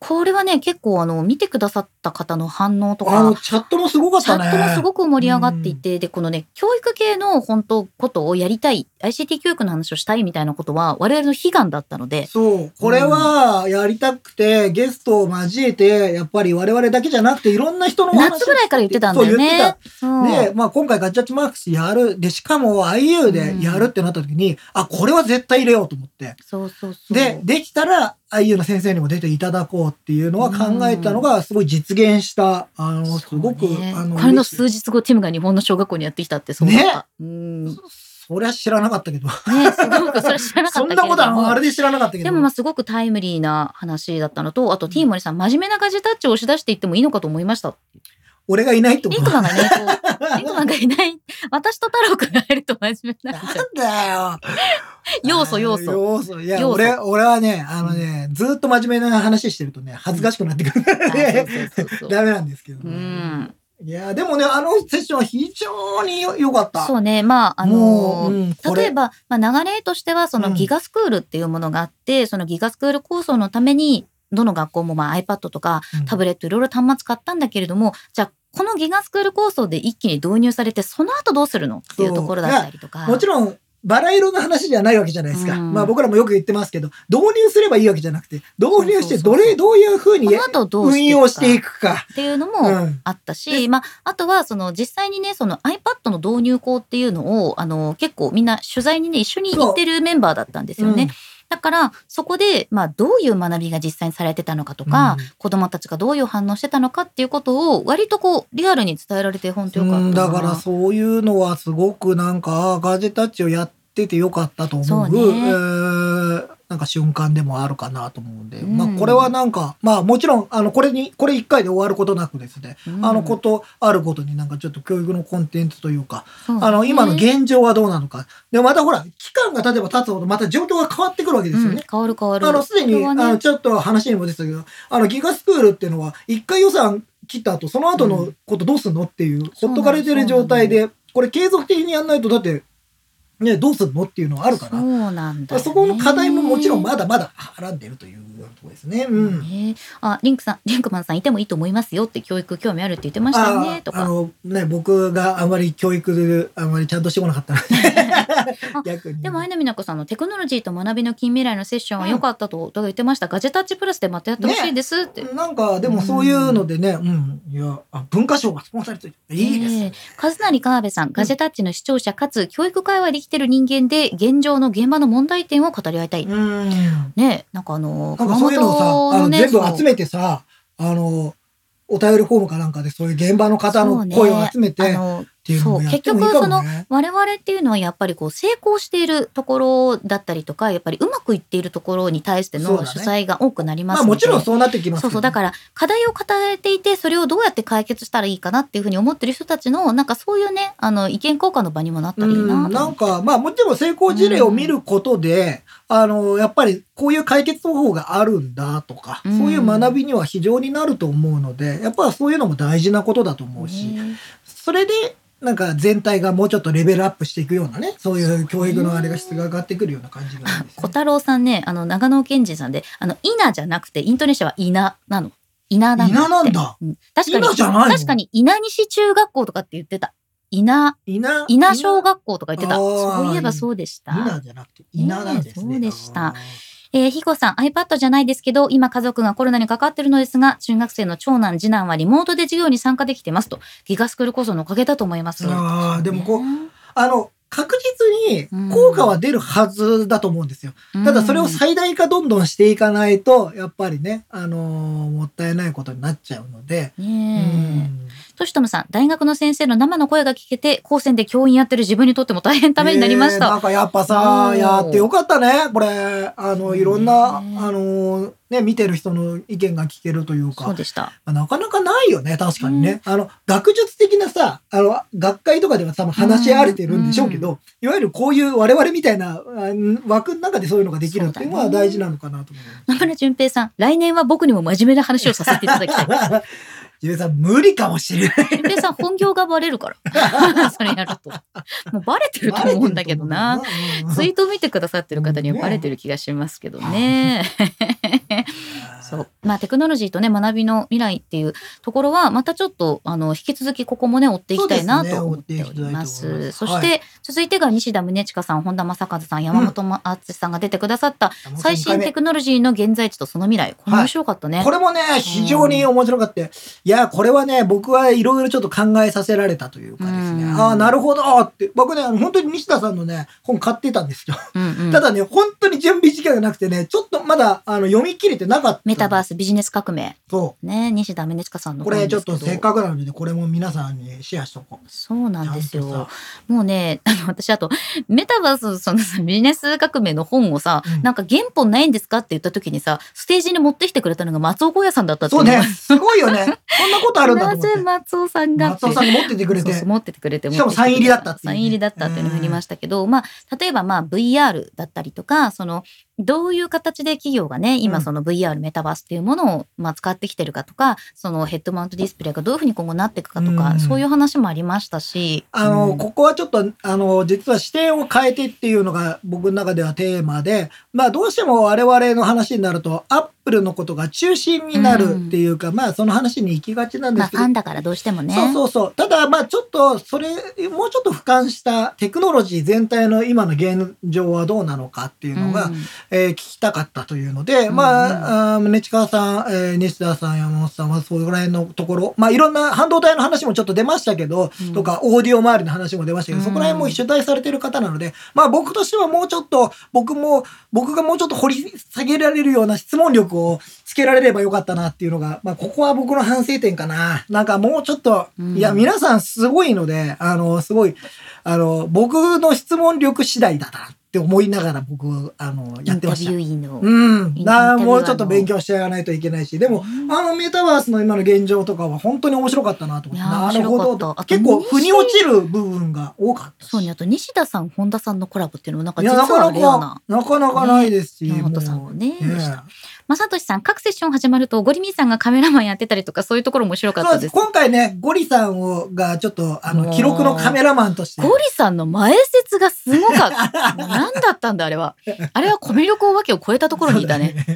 これはね結構あの見てくださった方の反応とあのかチャットもすごかっチャたね。ットもすごく盛り上がっていて、でこのね教育系の本当ことをやりたい ICT 教育の話をしたいみたいなことは我々の悲願だったのでそう。これはやりたくて、ゲストを交えて、やっぱり我々だけじゃなくて、いろんな人のお話を夏ぐらいから言ってたんだよそう言っねて。そた。うで、まあ今回ガッチャッチマークスやる。で、しかも IU でやるってなった時に、あ、これは絶対入れようと思って。そうそうそう。で、できたら IU の先生にも出ていただこうっていうのは考えたのが、すごい実現した、あの、すそうごく、ねあの、これの嬉しい数日後、ティムが日本の小学校にやってきたってそうだった。うん。ねそりゃ知らなかったけど。すごくそれ知らなかそっんたけれども。なことはあのあれで知らなかったけど。でもまあすごくタイムリーな話だったのと、あとティーモリさん、真面目なガジェタッチを押し出していってもいいのかと思いました。俺がいないってこリとンクマンがね、こう、リンクマンがいない、私と太郎くんが入ると真面目にななるじゃん。んだよ。要素要素あー要素。いや、要素俺、俺はね、あのね、ずーっと真面目な話してるとね、恥ずかしくなってくるからあね。そうそうそうそ う。ダメなんですけどうね。ん。いや、でもね、あのセッションは非常によ良かった。そうね、まあ、あのもううんこれ例えば、まあ、流れとしてはそうのんギガスクールっていうものがあって、そのギガスクール構想のためにどの学校もまあ iPad とかうんタブレットいろいろ端末買ったんだけれどもじゃあこのギガスクール構想で一気に導入されてその後どうするのっていうところだったりとか。もちろん、バラ色の話じゃないわけじゃないですか。うんまあ僕らもよく言ってますけど、導入すればいいわけじゃなくて、導入してどれ、どういうふうにこの後どう運用してしていいくくかか。っていうのうもん。あったし、まあ、あとはその実際にねその iPad の導入校っていうのをあの結構みんな取材にね一緒に行ってるメンバーだったんですよね。うんだからそこで、まあ、どういう学びが実際にされてたのかとか、子どもたちがどういう反応してたのかっていうことを割とこうリアルに伝えられて本当よかうっんただからそういうのはすごくなんかあーガジェタッチをやっててよかったと思うそうねえーなんか瞬間でもあるかなと思うんで、うんまあこれはなんかまあもちろんあのこれにこれ1回で終わることなくですね、うんあのことあることになんかちょっと教育のコンテンツというか、そうあの今のね現状はどうなのかでまたほら期間が経てば経つほどまた状況が変わってくるわけですようんね。変わる変わるあの、すでそに、れはあねの、ちょっと話にも出てたけど、あの、ギガスクールっていうのは、一回予算切った後、その後うのことどうすんのっていう、そほっうなのとかれてる状態で、これ継続的にやんないと、だって、ね、どうすんのっていうのはあるかそら、うなんだよねそこの課題ももちろんまだまだはらんでるというところですね。うん。ねあリンクさんリンクマンさんいてもいいと思いますよって教育興味あるって言ってましたよねとああかのね、僕があまり教育であまりちゃんとしてこなかったの あで逆にでもあいなみなこさんのテクノロジーと学びの近未来のセッションは良かったと、と言ってましたガジェタッチプラスでまたやってほしいですって、なんかでもそういうのでね、うん、いやあ文化省がスポンサーについていいですええカズナリ川辺さん、ガジェタッチの視聴者かつ教育界隈で生きてる人間で現状の現場の問題点を語り合いたい。うんねえ、なんかあの、なんかそういうのをさ、あのね全その部集めてさ、あの、お便りフォームかなんかでそういう現場の方そうのね声を集めて、あのっていうのそもうや結ってもいい局かそものね。我々っていうのはやっぱりこう成功しているところだったりとかやっぱりうまくいっているところに対してそうだのね主催が多くなりまますあので、もちろんそうなってきますそうそうだから課題を語られていてそれをどうやって解決したらいいかなっていうふうに思ってる人たちのなんかそういうねあの意見交換の場にもなったうらいいなと思っん、てなんか、まあもちろん成功事例を見ることで、あの、やっぱりこういう解決方法があるんだとか、うんそういう学びには非常になると思うので、やっぱそういうのも大事なことだと思うし、ねそれで、なんか全体がもうちょっとレベルアップしていくようなね、そういう教育のあれが質が上がってくるような感じがいいですね小太郎さんね、あの長野県人さんで、あの稲じゃなくてイントネシアは稲なの。稲なんだって。稲なんだうん確かに。稲じゃないの確かに稲西中学校とかって言ってた。稲、稲稲小学校とか言ってた。あーそういえばそうでした。稲じゃなくて稲なんですね。ええそうでしたあー。えー、ひこさん、iPad じゃないですけど、今家族がコロナにかかってるのですが、中学生の長男、次男はリモートで授業に参加できてますと。ギガスクール構想のおかげだと思います。あーでもこうねあの確実に効果は出るはずだと思うんですよ。ただそれを最大化どんどんしていかないとやっぱりねあのーもったいないことになっちゃうので。ううんねえんとしとむさん、大学の先生の生の声が聞けて、高専で教員やってる自分にとっても大変ためになりましえーなた。んかやっぱさうんやってよかったねこれあそうのねいろんなあのーね見てる人の意見が聞けるというそうかでした。なかなかないよね確かにね、あの学術的なさあの学会とかでは多分話し合われてるんでしょうけど、いわゆるこういう我々みたいなあ枠の中でそういうのができるっていうのそはうだね大事なのかなと思います。野村淳平さん、来年は僕にも真面目な話をさせていた だきたい。ゆうさん、無理かもしれない。淳平さん、本業がバレるから。 それやると。もうバレてると思うんだけどな。 ツイート見てくださってる方にはバレてる気がしますけどね。そう。まあ、テクノロジーとね、学びの未来っていうところは、またちょっと、あの、引き続きここもね、追っていきたいそうなですとね思っておりま追っていす。きたそいと思いますして、続いてが西田宗近さん、本田正和さん、山本敦さんが出てくださった、最新テ的クノロジーの現在地とその未来。これ面白かったね。これもね、非常に面白かった。いや、これはね、僕はいろいろちょっと考えさせられたというかですね。うんああ、なるほどって。僕ね、あの本当に西田さんのね、本買ってたんですよ。うんうんただね、本当に準備時間がなくてね、ちょっとまだあの読み切れてなかった。メタバース。スビジネス革命。そね、西田宗近さんう。のこ本ですれけちょど。っとせっかくなのでね、これも皆さんにシェアしとこう。そうなんですちゃんとよさ。もうね、 あの、私あと、メタバース、そのさビジネス革命の本をさ、うんなんか原本ないんですかって言った時にさ、ステージに持ってきてくれたのが松尾小屋さんだったっていそううのね、がすごいよね。こんなことあるんだとな思ってぜ。 松尾さんがって松尾さんが持っててくれてそうそう持っててくれてしかもサイン入りだったっていうねサイン入りだったっていうのがありましたけど、まあ、例えばまあ VR だったりとかそのどういう形で企業がねう今んその VR メタバースっていうものをまあ使ってきてるかとかそのヘッドマウントディスプレイがどういうふうに今後なっていくかとか、うんそういう話もありましたしあの、うんここはちょっと、あの、実は視点を変えてっていうのが僕の中ではテーマで、まあどうしても我々の話になると、アップルのことが中心になるっていうか、まあその話に行きがちなんでまあすフけど、ァンだからどうしてもね。そうそうそう。ただ、まあちょっと、それ、もうちょっと俯瞰したテクノロジー全体の今の現状はどうなのかっていうのが、うんええー聞きたかったというので、まあ、あー、チ川さん、えー西田さん、山本さんはそこら辺のところ、まあ、いろんな半導体の話もちょっと出ましたけど、うんとか、オーディオ周りの話も出ましたけど、そこら辺も取材されてる方なので、まあ、僕としてはもうちょっと、僕も、僕がもうちょっと掘り下げられるような質問力をつけられればよかったなっていうのが、まあ、ここは僕の反省点かな。なんかもうちょっと、うんいや、皆さんすごいので、あの、すごい、あの、僕の質問力次第だなって思いながら僕、あの、やってましたイン。タビューの。うん。なインタビュアーのもうちょっと勉強してやらないといけないし、でも、あのメタバースの今の現状とかは本当に面白かったなと思って、いやーなるほ面白かどったと。あと結構、腑に落ちる部分が多かったし。そうね、あと西田さん、本田さんのコラボっていうのもなんかい実や、なはかレなアなか。、なかなかないですし、山もう本さんもね、ねでした。まさとしさん、各セッション始まると、ゴリミーさんがカメラマンやってたりとか、そういうところ面白かっそうたでですす。。今回ね、ゴリさんを、が、ちょっと、あもの、う記録のカメラマンとして。ゴリさんの前説がすご かった。何だったんだ、あれは。あれはコミュ力お化けを超えたところにいたね。うん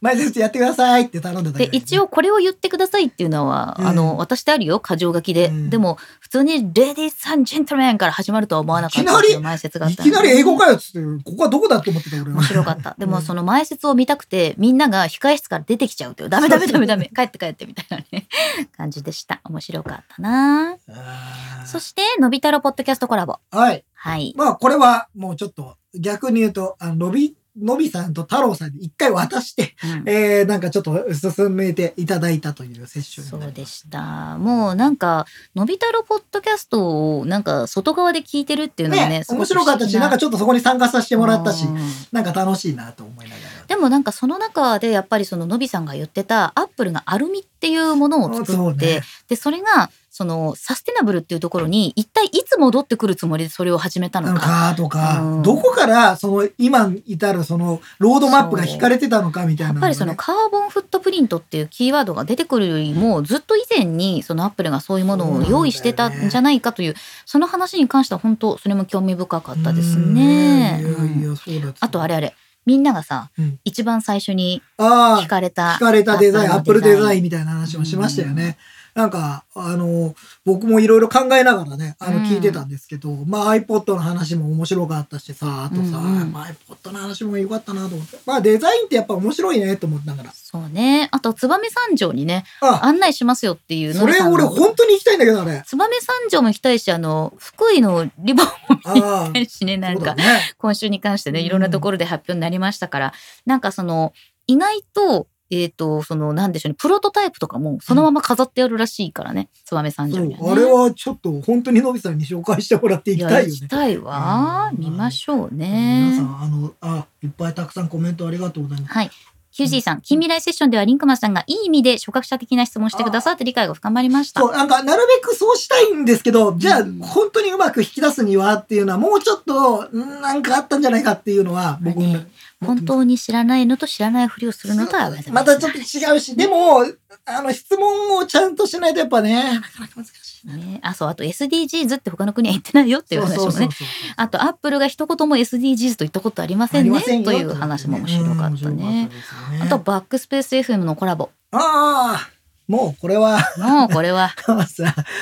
前説やってくださいって頼んでたけでど一応これを言ってくださいっていうのは、うんあの私であるよ箇条書きで、うんでも普通に「レディーさんジェントルメン」から始まるとは思わなかったいきなりっていう前説があっいたのきなり英語かよっつって、ここはどこだと思ってた俺は 面。白かったでうもんその前説を見たくてみんなが控え室から出てきちゃうというダメダメダメダメ帰って帰ってみたいなね 感じでした面白かったなあーそして「のび太郎ポッドキャストコラボはい。」はいまあこれはもうちょっと逆に言うと、あの、のび、のびさんと太郎さんに一回渡して、 うんえー、なんかちょっと進めていただいたというセッションにそなりうますでしたもうなんか「のび太郎ポッドキャスト」をなんか外側で聞いてるっていうのがねねすごく面白かったし、なんかしちょっとそこに参加させててもらったし、なんか楽しいなと思いながら。でもなんかその中でやっぱりそののびさんが言ってたアップルがアルミっていうものを作そうってねでそれがそのサステナブルっていうところに一体いつ戻ってくるつもりでそれを始めたなののか。かとか、うんどこからその今至るそのロードマップが引かれてたのかみたいなやっのがぱね、りそのカーボンフットプリントっていうキーワードが出てくるよりもずっと以前にそのアップルがそういうものを用意してたんじゃないかというその話に関しては本当それも興味深かったですね。うんいやいうんやそうだあとあれれあれみんながさ、うん一番最初にあ惹かれた聞かれたデザイン、アップルデザインンみたいな話もしましたよね。なんか、あの、僕もいろいろ考えながらね、あうんの、聞いてたんですけど、まあ iPod の話も面白かったしさ、あとさ、うんうんまあ iPod の話も良かったなと思って。まあデザインってやっぱ面白いねと思ってながら。そうねあと燕三条にねあ、案内しますよっていうそれのりさんの俺本当に行きたいんだけど、 あれ。燕三条も行きたいしあの福井のリボンもあ行きたいしねあ、なそんうだかね。今週に関してねうんいろんなところで発表になりましたから、なんかその意外とえっ、とそのなんでしょうねプロトタイプとかもそのまま飾ってあるらしいからね燕三そ条うにはね。あれはちょっと本当にのびさんに紹介してもらって行いきやたい行よきね。たいわ、うん見ましょう皆ねさ。ん、あの、あ、いっぱいたくさんコメントありがとうございます。はい。QG さん、近未来セッションではリンクマンさんがいい意味で初学者的な質問をしてくださって理解が深まりました。そう、なんか、なるべくそうしたいんですけど、じゃあ、うん本当にうまく引き出すにはっていうのは、もうちょっと、んなんかあったんじゃないかっていうのは、僕も、ね本当に知らないのと知らないふりをするのとはまた別またちょっと違うし、でも、あの、質問をちゃんとしないとやっぱね、なかなか難しいな。ね、あそうあと SDGs って他の国は言ってないよっていう話もそねうそうそうあとアップルが一言も SDGs と言ったことありませあんりねませんよという話も面白かったうん面ね。白かったですねあと、バックスペース FM のコ ラボああ、もうこれは、 もうこれはさ、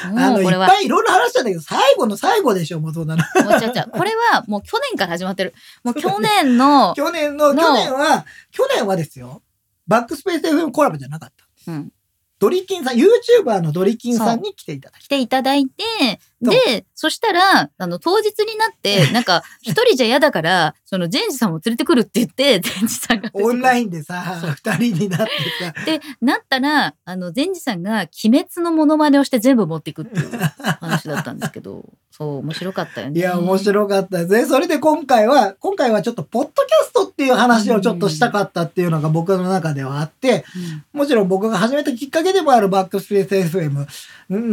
あもの、ういこれっはぱいいろいろ話したんだけど、最後の最後でしょ、もうそうなの。もう違う違うこれはもう去年から始まってるもう去年の、去年の、去の年は、去年はですよ、バックスペース FM コラボじゃなかった。うん、ドリキンさん、YouTuber のドリキンさんに来ていただき来ていただいてそうでそしたらあの当日になってなんか一人じゃ嫌だからそのジェンジさんも連れてくるって言ってジェンジさんがオンランインでさそう、二人になって さ、でなったらあの善治さんが「鬼滅のモノマネをして全部持っていくっ ていう話だったんですけどそう面白かったよいね。や、面白かったですね。それで今回は、今回はちょっと、ポッドキャストっていう話をちょっとしたかったっていうのが僕の中ではあって、うんもちろん僕が始めたきっかけでもあるバックスペース FM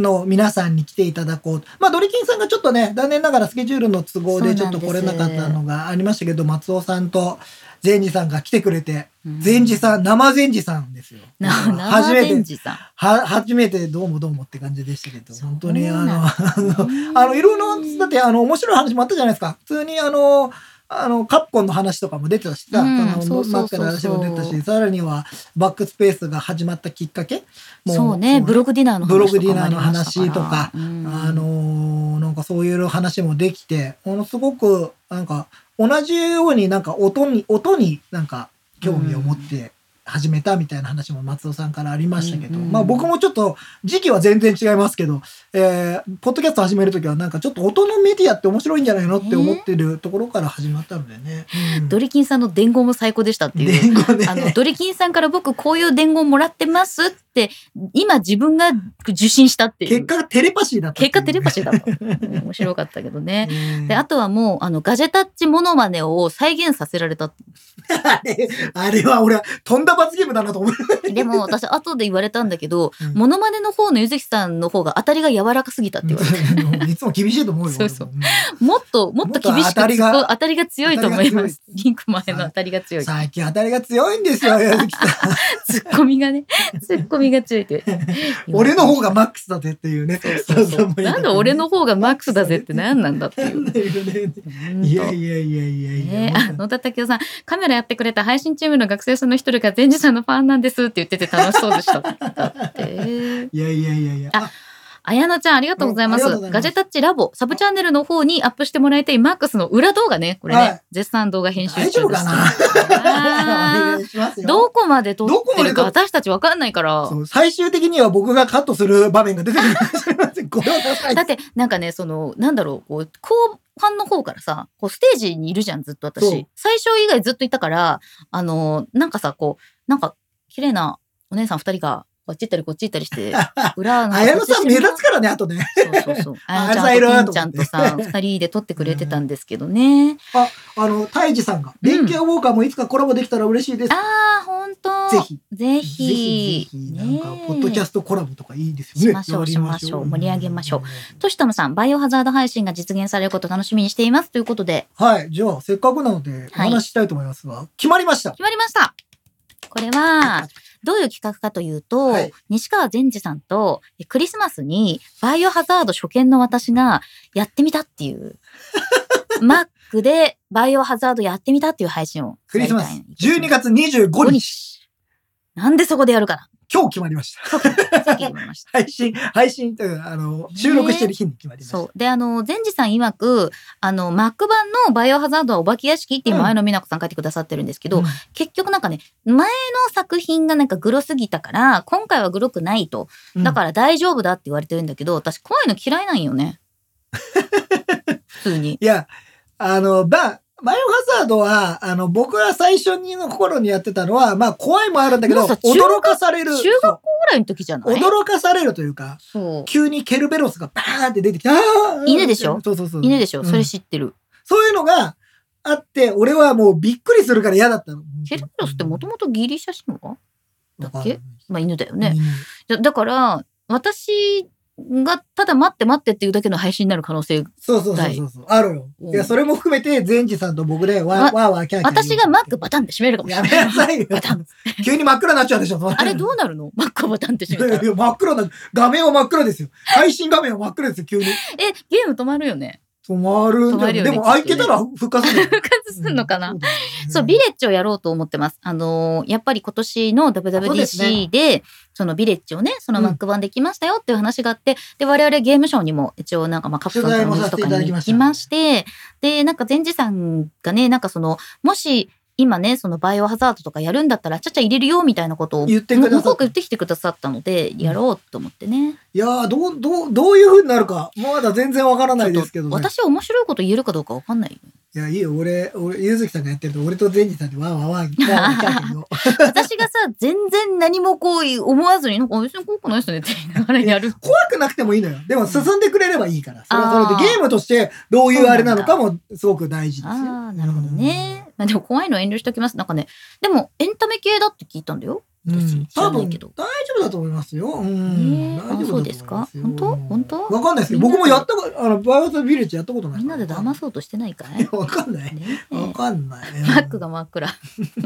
の皆さんに来ていただこう。まあ、ドリキンさんがちょっとね、残念ながらスケジュールの都合でちょっと来れなかったのがありましたけど、松尾さんと善治さんが来てくれて、うん善治さん、生善治さんですよ。な初生めて善治さは、初めてどうもどうもって感じでしたけど、そう本当にあの、なんあの、ん。あのいろいろ、だってあの、面白い話もあったじゃないですか。普通にあの、あの、カプコンの話とかも出てたしさ、うんそそのうそうそうそうマックの話も出てたし、さらにはバックスペースが始まったきっかけもそうねブログディナーの話とかブログディナーの話とかもありましたからうんあのーなんかそういう話もできて、あの、すごく、なんか、同じようになんか音に、音になんか興味を持って始めたみたいな話も松尾さんからありましたけど、うんうんまあ僕もちょっと時期は全然違いますけど、えー、ポッドキャスト始めるときはなんかちょっと音のメディアって面白いんじゃないのって思ってるところから始まったのでね。うんドリキンさんの伝言も最高でしたってい伝う。言ねあの、ドリキンさんから僕こういう伝言もらってますって、今自分が受信したってい結う。果がテレパシーだったってい結う果テレパシーだった。うん面白かったけどね。ねで、あとはもう、あの、ガジェタッチモノマネを再現させられた。あれ あれは俺はとんだ罰ゲームだなと思う。でも、私、後で言われたんだけど、うんモノマネの方のゆずきさんの方が当たりが柔らかすぎたって言われて、 いつも厳しいと思うよ。そうそうんもっと、もっと厳しくもっと当たりが突っ込む当たりが強いと思います。当たりが強いリンク前の当たりが強い。ツ最近当たりが強いん ですよ、矢吹さん。ッコミ がね、ツッコミが強いって言われて。俺の方がマックスだぜっていうね。そうそうもいいなんで俺の方がマックスだぜって何なんだっていう。いやいやいやいやいや。ね、あ野田武雄さんカメラやってくれた配信チームの学生さんの一人が善治さんのファンなんですって言ってて楽しそう でした。だっていやいやいやいや。あ綾乃ちゃんありがとうございます。ありがとうございますガジェタッチラボサブチャンネルの方にアップしてもらいたいマックスの裏動画ねこれね、はい絶賛動画編集中大です。丈夫かなあ お願ーいしますよどこまで撮ってるかどこま私たちわかんないからそ。う最終的には僕がカットする場面が出てくるかもしれません。ごめんなさいだ。ってなんかねそのなんだろうこう後半の方からさこうステージにいるじゃんずっとそう私最初以外ずっといたからあのなんかさこうなんか綺麗なお姉さん二人がこっち行ったりこっち行ったりして 裏 の綾野さん目立つからね、あとね。そうそうそう あやあやさんいるなのとちゃんと思きんちゃんとさ二人で撮ってくれてたんですけ どねあの、タイジさんが、うん電気ウォーカーもいつかコラボできたら嬉しいです。あーほんとぜひ。ぜぜひひぜひ、なんかね、えポッドキャストコラボとかいいですよね。しましょうやりしましょう盛り上げましょう。んとしともさん、バイオハザード配信が実現されることを楽しみにしていますということで、はい。じゃあ、せっかくなので、おはい話ししたいと思いますが、決まりました。決まりましたこれは、どういう企画かというと、はい西川善治さんとえクリスマスにバイオハザード初見の私がやってみたっ ていう、マックでバイオハザードやってみたっていう配信をクやリりスたい。マス、12月25 5日、日。なんでそこでやるかな今日決まりました。さっき言いました。配信、配信というか、あの、収録してる日に決まりました。そう。で、あの、善治さん曰く、あの、マック版のバイオハザードはお化け屋敷って今、うん前野美奈子さん書いてくださってるんですけど、うん結局なんかね、前の作品がなんかグロすぎたから、今回はグロくないと。だから大丈夫だって言われてるんだけど、私怖いの嫌いなんよね。普通に。いや、あの、ば、バイオハザードは、あの、僕が最初にの頃にやってたのは、まあ、怖いもあるんだけど、なんか中学驚かされる。中学校ぐらいの時じゃそなうい驚かされるというか、そう。急にケルベロスがバーンって出てきて、あー犬でしょそうそうそう。犬でしょ、うんそれ知ってる。そういうのがあって、俺はもうびっくりするから嫌だったの。ケルベロスってもともとギリシャ神話だっけまあ犬だよね。ね。だだから、私がただ待って待ってっていうだけの配信になる可能性そうそうそうそうそう。あるよ。うんいや、それも含めて、善治さんと僕でわ、わわーわーキャーキャー言う。私がマックバタンって閉めるかもしやめれないな。さ いよ。バタン。急に真っ暗になっちゃうでしょ、それあれどうなるのマックバタンってい閉やめいたや ら。いや、真っ暗な、画面は真っ暗ですよ。配信画面は真っ暗ですよ、急に。え、ゲーム止まるよね。止まるん止まだるよ。よでねも、きっとね開けたら復活するよ。 復活するのかな、うんそうだよねそう、ビレッジをやろうと思ってます。あのーやっぱり今年のそうです WWDC ねで、そのビレッジをね、そのマック版できましたよっていう話があって、で、我々ゲームショーにも一応なんかまあカプコンとかニュースとかに行きまして、で、なんか前治さんがね、なんかその、もし今ね、そのバイオハザードとかやるんだったら、ちゃちゃ入れるよみたいなことを、言ってくださった向こうから言ってきてくださったので、やろうと思ってね。いやー、どう、どう、どういう風になるか、まだ全然わからないですけどね。私は面白いこと言えるかどうかわか んない。いや、いいよ、俺、俺、ゆずきさんがやってると、俺と善治さんでわーわーわー、キャーキャーキャーキャー 言おう私がさ、全然何もこう思わずに、なんか別に怖くないですねって言いながらやる。怖くなくてもいいのよ。でも、進んでくれればいいから。それはそれあで、ーゲームとして、どういうあれなのかも、すごく大事ですよ。 ああ、なるほどね。まあでも怖いのは遠慮しておきます。なんかね、でもエンタメ系だって聞いたんだよ。うん。うん、知ら多ない分、け大ど丈夫だと思いますよ。うねん。え大丈夫だと思いますよあそうですか本当本当わかんないですけど、みんな僕でもやったこと、あの、バイオハザードビレッジやったことない。みんなで騙そうとしてないかいいやわかんない。ねえわかんない。マックが真っ暗。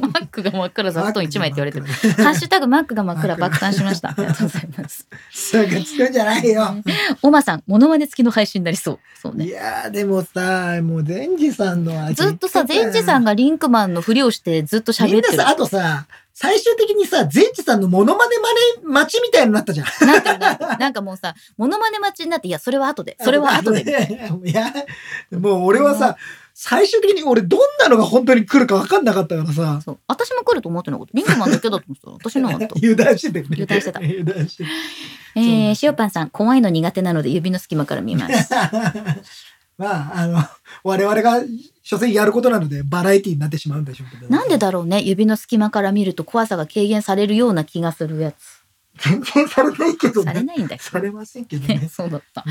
マックが真っ暗、座布団1枚って言われてる。る。ハッシュタグマックが真っ暗マック爆誕しました。ありがとうございます。そうか、つくんじゃないよ。おまさん、モノマネ付きの配信になりそう。そういね。やー、でもさ、もう、善治さんの味ずっとさ、ゼンジさんがリンクマンのふりをしてずっとみ喋んっなてる。さ、あとさ、最終的にさ、善治さんのモノマネマネ待ちみたいになったじゃん。なんかなんかなんかもうさ、 モノマネ待ちになって、いや、それは後で、それは後で。いや、もう俺はさ、最終的に俺どんなのが本当に来るか分かんなかったからさ。そう。私も来ると思ってなかった。リンクマンだけだと思ってた。私のだ った。油断してたよね。油断してた油断してえー、塩パンさん、怖いの苦手なので指の隙間から 見ます。たまあ、あの、我々が所詮やることなのでバラエティになってしまうんでしょうけど。なんでだろうね。指の隙間から見ると怖さが軽減されるような気がするやつ。全然されないけどされね。ないんだけされませんけどど ね。ね。そうだった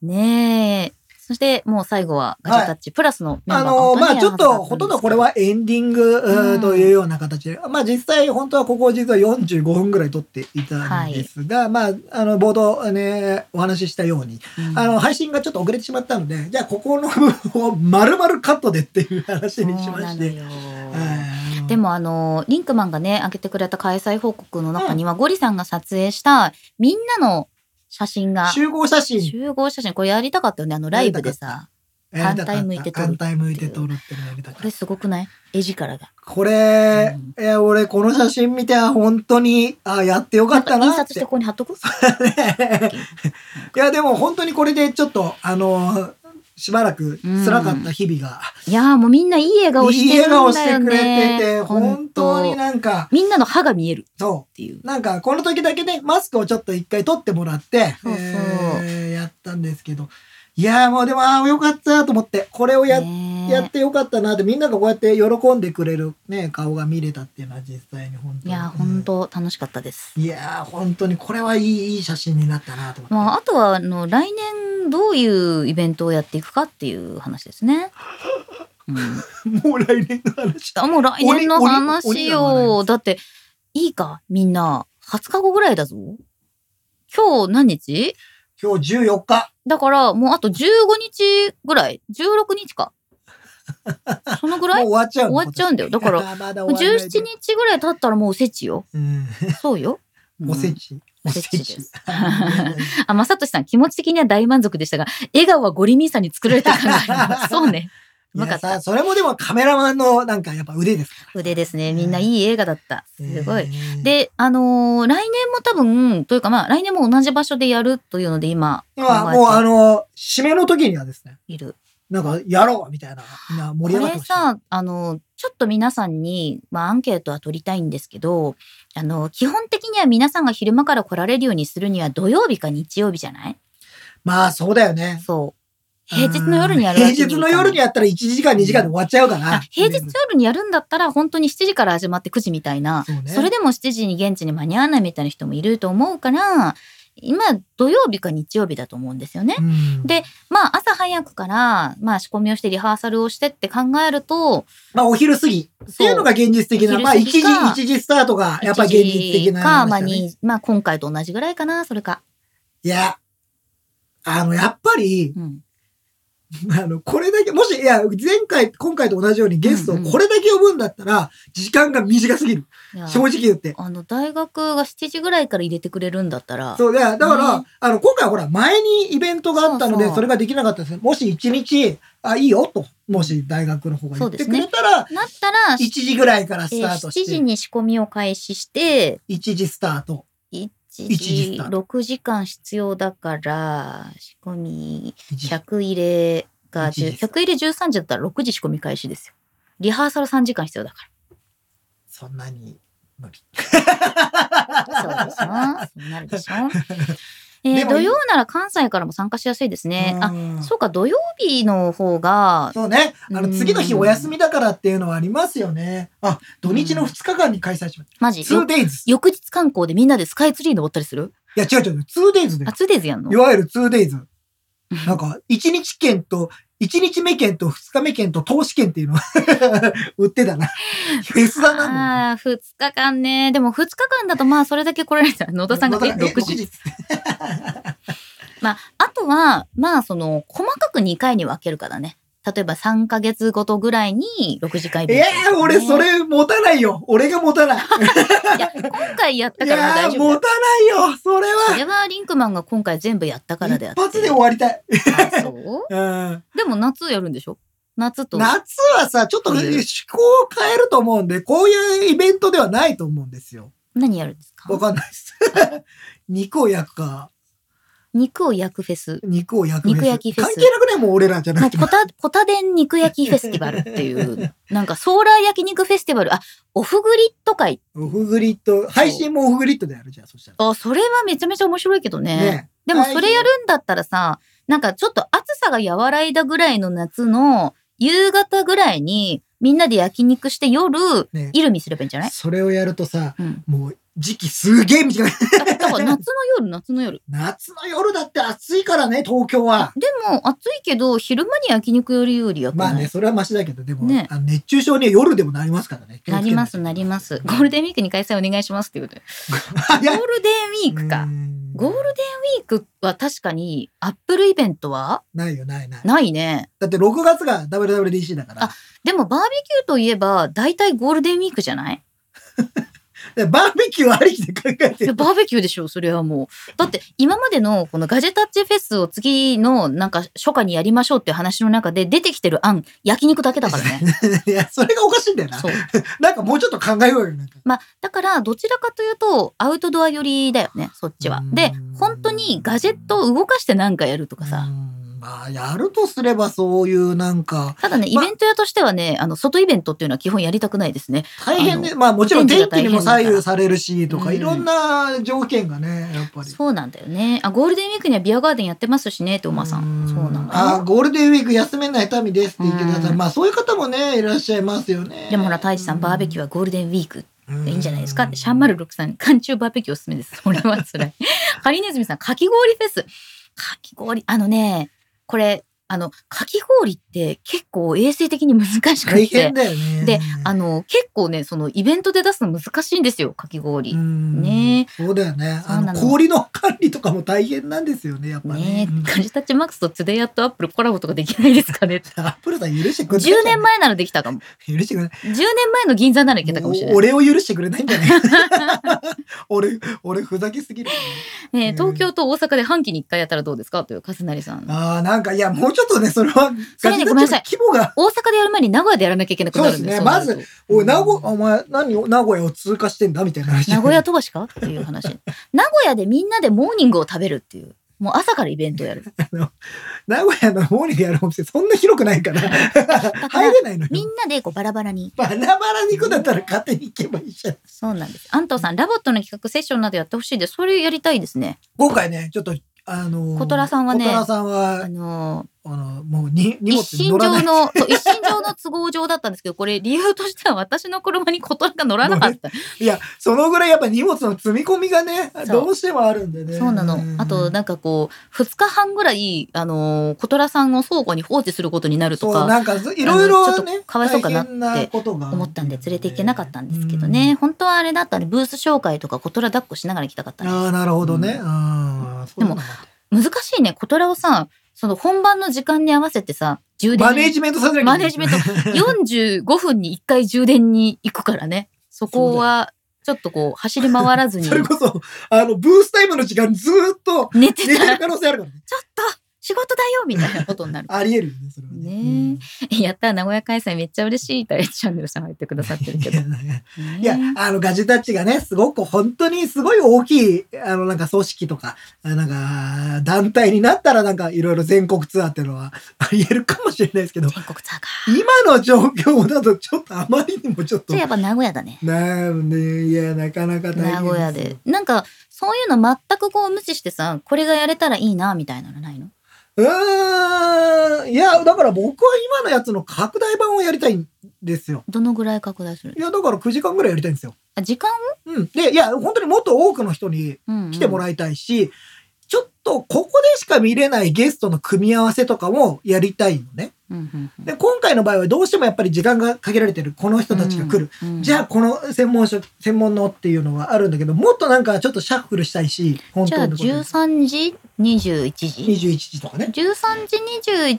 う。んねえ。そして、もう最後はガチャタッチ、プラスのメンあバーがの本当まあにちょっ山と田さほんなとんんですどこけれはエンディングううんーというような形で、まあ実際本当はここを実は45分ぐらい撮っていたんですが、まああの冒頭ねお話ししたように、うんあの配信がちょっと遅れてしまったのでじゃあここの部分を丸々カットでっていう話にしましそうて。なのよはいあのでもあのリンクマンがね上げてくれた開催報告の中には、ゴリさんが撮影したみんなの写真が集合写真集合写真これやりたかったよねあのライブでさ反対向いて撮る反対向いて撮るっていうのやりたかっこたれすごくない絵力がこれ、えー俺この写真見てあ本当にあやってよかったなんか印なっ刷しててここに貼っとくいやでも本当にこれでちょっとあのしばらく辛かった日々が、いやーもうみんないい笑顔しいいてる笑顔んしだよてくれててね本当になんかみんなの歯が見えるっそていううなんかこの時だけねマスクをちょっと一回取ってもらってそうそうえーやったんですけどいやーもうでもああよかったと思ってこれをや,、ねやってよかったなってみんながこうやって喜んでくれる、ね、顔が見れたっていうのは実際に本当いにやー本当楽しかったです、いやー本当にこれはいいいい写真になったなと思って。まあ、あとはあの来年どういうイベントをやっていくかっていう話で すね、うんもう来年の話あもう来年の鬼鬼話鬼なよ。話だって、いいか、みんな。20日後ぐらいだぞ。今日何日今日14日。だから、もうあと15日ぐらい。16日か。そのぐらもうい終わっちゃう終わっちゃうんだよ。だから、ら、 まだ終わらな17いで日ぐらい経ったらもうおせちよ。うんそうよ。うんおせち。おせち です。はいあ、まさとしさん、気持ち的には大満足でしたが、笑顔はゴリミーさんに作られた感があります。そうね。ういまかやったさ、。それもでもカメラマンのなんかやっぱ腕ですから。腕ですね。みんないい映画だった。すごい。い。で、あのー来年も多分、というかまあ、来年も同じ場所でやるというので今、考今もうあえの、締めの時にはですね、ている。なんかやろうみたいな、みんなこ盛り上がってれほしい。さ、あの、ちょっと皆さんに、まあ、アンケートは取りたいんですけど、あの、基本的には皆さんが昼間から来られるようにするには土曜日か日曜日じゃないまあそうだよね。そう。平日の夜にやるうんわけ平日の夜にややったら1時間2時間で終わっちゃうから。平日夜にやるんだったら、本当に7時から始まって9時みたいな、そうねそれでも7時に現地に間に合わないみたいな人もいると思うから、今、土曜日か日曜日だと思うんですよね。うんでまあ朝早くから、まあ、仕込みをしてリハーサルをしてって考えるとまあお昼過ぎっていうのが現実的な、そうまあ1時、昼過ぎか1時スタートがやっぱ現実的なか、話まあだねにまあ、今回と同じぐらいかなそれか、いや、あの、やっぱり、 うん、あの、これだけ、もし、いや、前回、今回と同じようにゲストをうんうんこれだけ呼ぶんだったら、時間が短すぎる。いや正直言って。あの大学が7時ぐらいから入れてくれるんだったらそう、いや、だから、ねあの、今回はほら、前にイベントがあったのそうで、そうそれができなかったんですけど、もし1日、あ、いいよ、と、もし大学の方が言ってくれたら、なったら、 1時ぐらいからえスータート7して、時に仕込みを開始して1時スタート。 1一時時スター6時間必要だから仕込み1時100入れが一時10です100入れ13時だったら6時仕込み開始ですよリハーサル3時間必要だから。そんなに無理。そうでしょ。そうなる でしょ。えでー、も土曜なら関西からも参加しやすいですね。あ、うんそうか、土曜日の方が、そうね。あうの、ん次の日お休みだからっていうのはありますよね。あ、土日の2日間に開催します。マジ、よ 2days。翌日観光でみんなでスカイツリー登ったりするいや、違う違う、2days だあ、よ。ツーデイズやんのいわゆる 2days。なんか、1日券と、1日目券と2日目券と投資券っていうのを 売ってたな。フェスだな。ああ、二日間ね。でも二日間だとまあそれだけ来られたら野田さんがえ野田6時。。まあ、あとは、まあその、細かく2回に分けるからね。例えば3ヶ月ごとぐらいに6時間イえベントとかねー、俺それ持たないよ。俺が持たない。いや、今回やっいたからもうやー、大丈夫だ持よ。たないよ。それそは。れはリンクマンが今回全部やったからであっ一て。発で終わりたい。あそううん。でも夏やるんでしょ夏と。夏はさ、ちょっとうん趣向を変えると思うんで、こういうイベントではないと思うんですよ。何やるんです かわかんないです。肉を焼くか、肉を焼くフェス。肉を焼くフェス。肉焼きフェ関ス係なくないもう俺らじゃは、ないくて。こた、 こたでん肉焼きフェスティバルっていう、なんかソーラー焼肉フェスティバル、あ、オフグリット会。オフグリッド、配信もオフグリッドでやるじゃん、そしたら。あ、それはめちゃめちゃ面白いけどね。ねでもそれやるんだったらさ、なんかちょっと暑さが和らいだぐらいの夏の夕方ぐらいに、みんなで焼肉して夜、ねイルミすればいいんじゃないそれをやるとさ、うん。もう時期すげえ短い。だだから夏の夜、夏の夜。夏の夜だって暑いからね、東京は。でも暑いけど、昼間に焼肉よりより焼くまあね、それはマシだけど、でも、ねあの熱中症には夜でもなりますからね。気をつけないります、なります。ゴールデンウィークに開催お願いしますっていうことで。ゴー早い。ルデンウィークか。ゴールデンウィークは確かに、アップルイベントはないよ、ないない。ないね。だって6月が WWDC だからあ。でもバーベキューといえば、大体ゴールデンウィークじゃないでバーベキューありきで考えていやる。バーベキューでしょ、それはもう。だって、今までのこのガジェタッチフェスを次のなんか初夏にやりましょうっていう話の中で出てきてる案、焼肉だけだからね。いや、それがおかしいんだよな そ。う。なんかもうちょっと考えようよ、なんか。まあ、だから、どちらかというと、アウトドア寄りだよね、そっちはう。んで、本当にガジェットを動かしてなんかやるとかうさ。んまあ、やるとすればそういうなんか、ただね、イまあベント屋としてはね、あの、外イベントっていうのは基本やりたくないですね。大変ねあ。まあもちろん天気にも左右されるしと天気か、が大い変だからろんな条件がね、やっぱり。そうなんだよね。あ、ゴールデンウィークにはビアガーデンやってますしね、っておまさん。そうなんだよあーゴールデンウィーク休めない民ですって言ってくださうい。んまあそういう方もね、いらっしゃいますよね。でもほら、太一さん、バーベキューはゴールデンウィークいいんじゃないですかって、シャンマル六さん、寒中バーベキューおすすめです。それ は辛い。ハリネズミさん、かき氷フェス。かき氷、あのね、これ、あの、かき氷って結構衛生的に難しく大て変、だよね。で、あの、結構ね、そのイベントで出すの難しいんですよ、かき氷。うんねそうだよね。そうあなのの氷の管理とかも大変なんですよね、やっぱねね。うんえ、ガジタッチマックスとトゥデイアットアップルコラボとかできないですか ねアップルさん許してくれない。 10年前ならできたかも。前。許してくれない。 10年前の銀座ならいけたかもしれない。俺を許してくれないん じゃない俺、俺ふざけすぎる。ねえ東京と大阪で半期に1回やったらどうですかという、かすなりさん。ああ、なんか、いや、もうちょっとね、それは、それねごめんなさい規模が、大阪でやる前に名古屋でやらなきゃいけなくなるんですそうですねまずずおい、名古お前、何、名古屋を通過してんだみたいな話。名古屋飛ばしかっていう 話。名古屋でみんなでモーニングを食べるっていう。もう朝からイベント やる。名古屋の方にやるお店、そんな広くない から、入れないのみよ。んなでこうバラバラに。バラバラに行くんだったら勝手に行けばいいじゃん。そうなんです。安藤さん、ラボットの企画セッションなどやってほしいです、それやりたいですね。今回ね、ちょっと、あのー、小虎さんはね小虎さんあは、のあの、もうに、ー荷物一に身乗らな上い。の、そう一身上の都合上だったんですけど、これ理由としては私の車に小虎が乗らな かった。いや、そのぐらいやっぱ荷物の積み込みがね、うどうしてもあるんでね。そうなの。あと、なんかこう、2日半ぐらい、あのー小虎さんを倉庫に放置することになるとそう、か、なんか、いろいあのちろょっねと、かわいそうかなっ大て変なことが思ったんで連れて行けなかったんですけどね、。本当はあれだったねブース紹介とか小虎抱っこしながら行きたかったうんんですああ、なるほどね。うあーそうなんだ難しいね小虎をさその本番の時間に合わせてさ充電マネージメントさせなきゃいけないマネージメント45分に1回充電に行くからねそこはちょっとこう走り回らずに それこそ、あの、ブースタイムの時間ずーっ と寝て寝たてるらちょ可っ能性あるからね。と仕事だよみたいなことになる あり得るよね、それはね。ねえうんやった名古屋開催めっちゃ嬉しいダイエットチャンネルさんが言ってくださってるけど、ねえ いや、あの、ガジェタッチがね、すごく、本当にすごい大きい、あの、なんか組織とか、あなんか、団体になったら、なんか、いろいろ全国ツアーっていうのは、あり得るかもしれないですけど、全国ツアーか 今の状況だと、ちょっとあまりにもちょっそとれ、やっぱ名古屋だねなんで、いや、なかなか大変す名古屋で。なんかそういうの全くこう無視してさこれがやれたらいいなみたいなのないのうーん、いや、だから僕は今のやつの拡大版をやりたいんですよ。どのぐらい拡大するいや、だから9時間ぐらいやりたいんですよ。あ時間を、うん。で、いや、本当にもっと多くの人にうんうん来てもらいたいし、ちょっとここでしか見れないゲストの組み合わせとかもやりたいのね。うんうんうんで、今回の場合はどうしてもやっぱり時間が限られてる。この人たちが来る。うんうんじゃあ、この専門書、専門のっていうのはあるんだけど、もっとなんかちょっとシャッフルしたいし、本じゃあ当のことで13時21時21時とかね。 13時21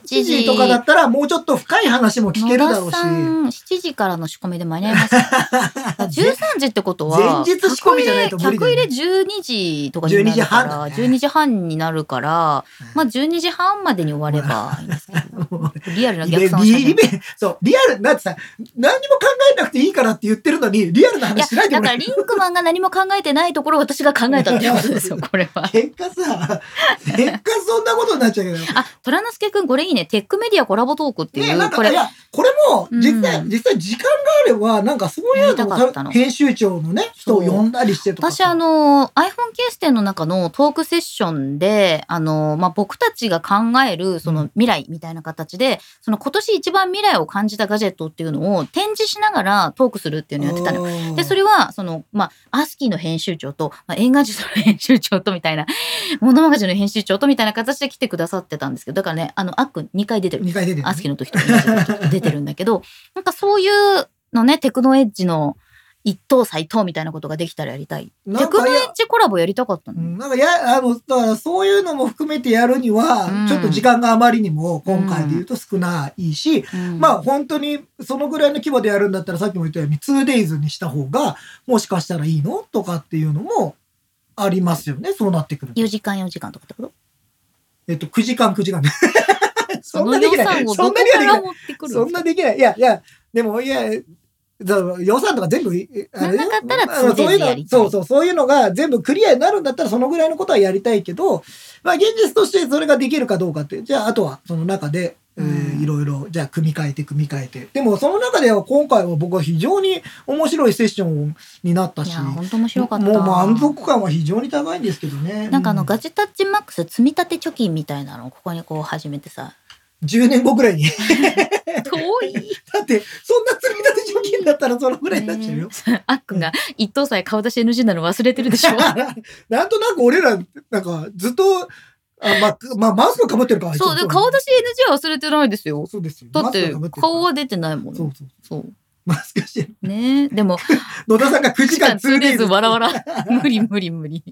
1 時時とかだったらもうちょっと深い話も聞けるだろう野し田。さん7時からの仕込みで間に合いますか 13時ってことは前日仕込みじゃないと無理だよね客入れ12時とかになるか12時半らだね12時半になるからまあ12時半までに終わればいいんですけどの、リアルなリ逆ベ算をしたリね。ベそう、リアル、だってさ、何にも考えなくていいからって言ってるのに、リアルない話しないや、でだもかららリンクマンが何も考えてないところを私が考えたっていうことですよ、これは。結果さ、結果そんなことになっちゃうけど。あ、虎之助くん、これいいね。テックメディアコラボトークっていねう、なんこか、れい。や、これも、実際、うん実際時間があれば、なんかそういうやりたかったののを編集長のね、人を呼んだりしてとか私さ。あの iPhone ケース店の中のトークセッションであの、まあ、僕たちが考えるそうの未来みたいな形で、その今年一番未来を感じたガジェットっていうのを展示しながらトークするっていうのをやってたのよ。でそれれはそのまあアスキーの編集長と、まあ、映画術の編集長とみたいな モノマガジンの編集長とみたいな形で来てくださってたんですけどだからねあのあっくん2回出てる2回出てるアスキーの時と同じ時と出てるんだけど、なんかそういうのね、テクノエッジの一等最等みたいなことができたらやりたい。なテんクノかエやッジコラボやりたかったうの。んなんかや、あの、だからそういうのも含めてやるには、うんちょっと時間があまりにも、今回で言うと少ないし、うんまあ本当にそのぐらいの規模でやるんだったらさっきも言ったように 2days にした方がもしかしたらいいのとかっていうのもありますよねそうなってくると4時間4時間とかってことえっと9時間9時間ねそんなで予きな算いをそどこんなにはかできならい持ってくるそんなできないいやいやでもいやだから予算とか全部えあれだよなんかあったらあのそういう 2days やのりたいそうそうそういうのが全部クリアになるんだったらそのぐらいのことはやりたいけどまあ現実としてそれができるかどうかってじゃああとはその中で、えーうんいろいろじゃあ組み替えて組み替えてでもその中では今回は僕は非常に面白いセッションになったいしや、本当面白かった。もう満足感は非常に高いんですけどねなんかあの、うガジェタッチマックス積み立て貯金みたいなのをここにこう始め てさ。 10年後ぐらいに だっ遠い。てそんな積み立て貯金だったらそのぐらいになっちゃうよ、ねえあっくんが一等歳顔出し NG なの忘れて るでしょなんとなく俺ら、なんか、ずっと、あまあ、まあ、マスクかぶってるから。そう、で一応顔出し NG は忘れてないですよ。そうですよ。だってマスク被顔るは出てないかもらそんう。そう。そう。マスクしてる。ねえ、で も、野田さんが9時間ツーデイズ2わらわら。無理無理無理。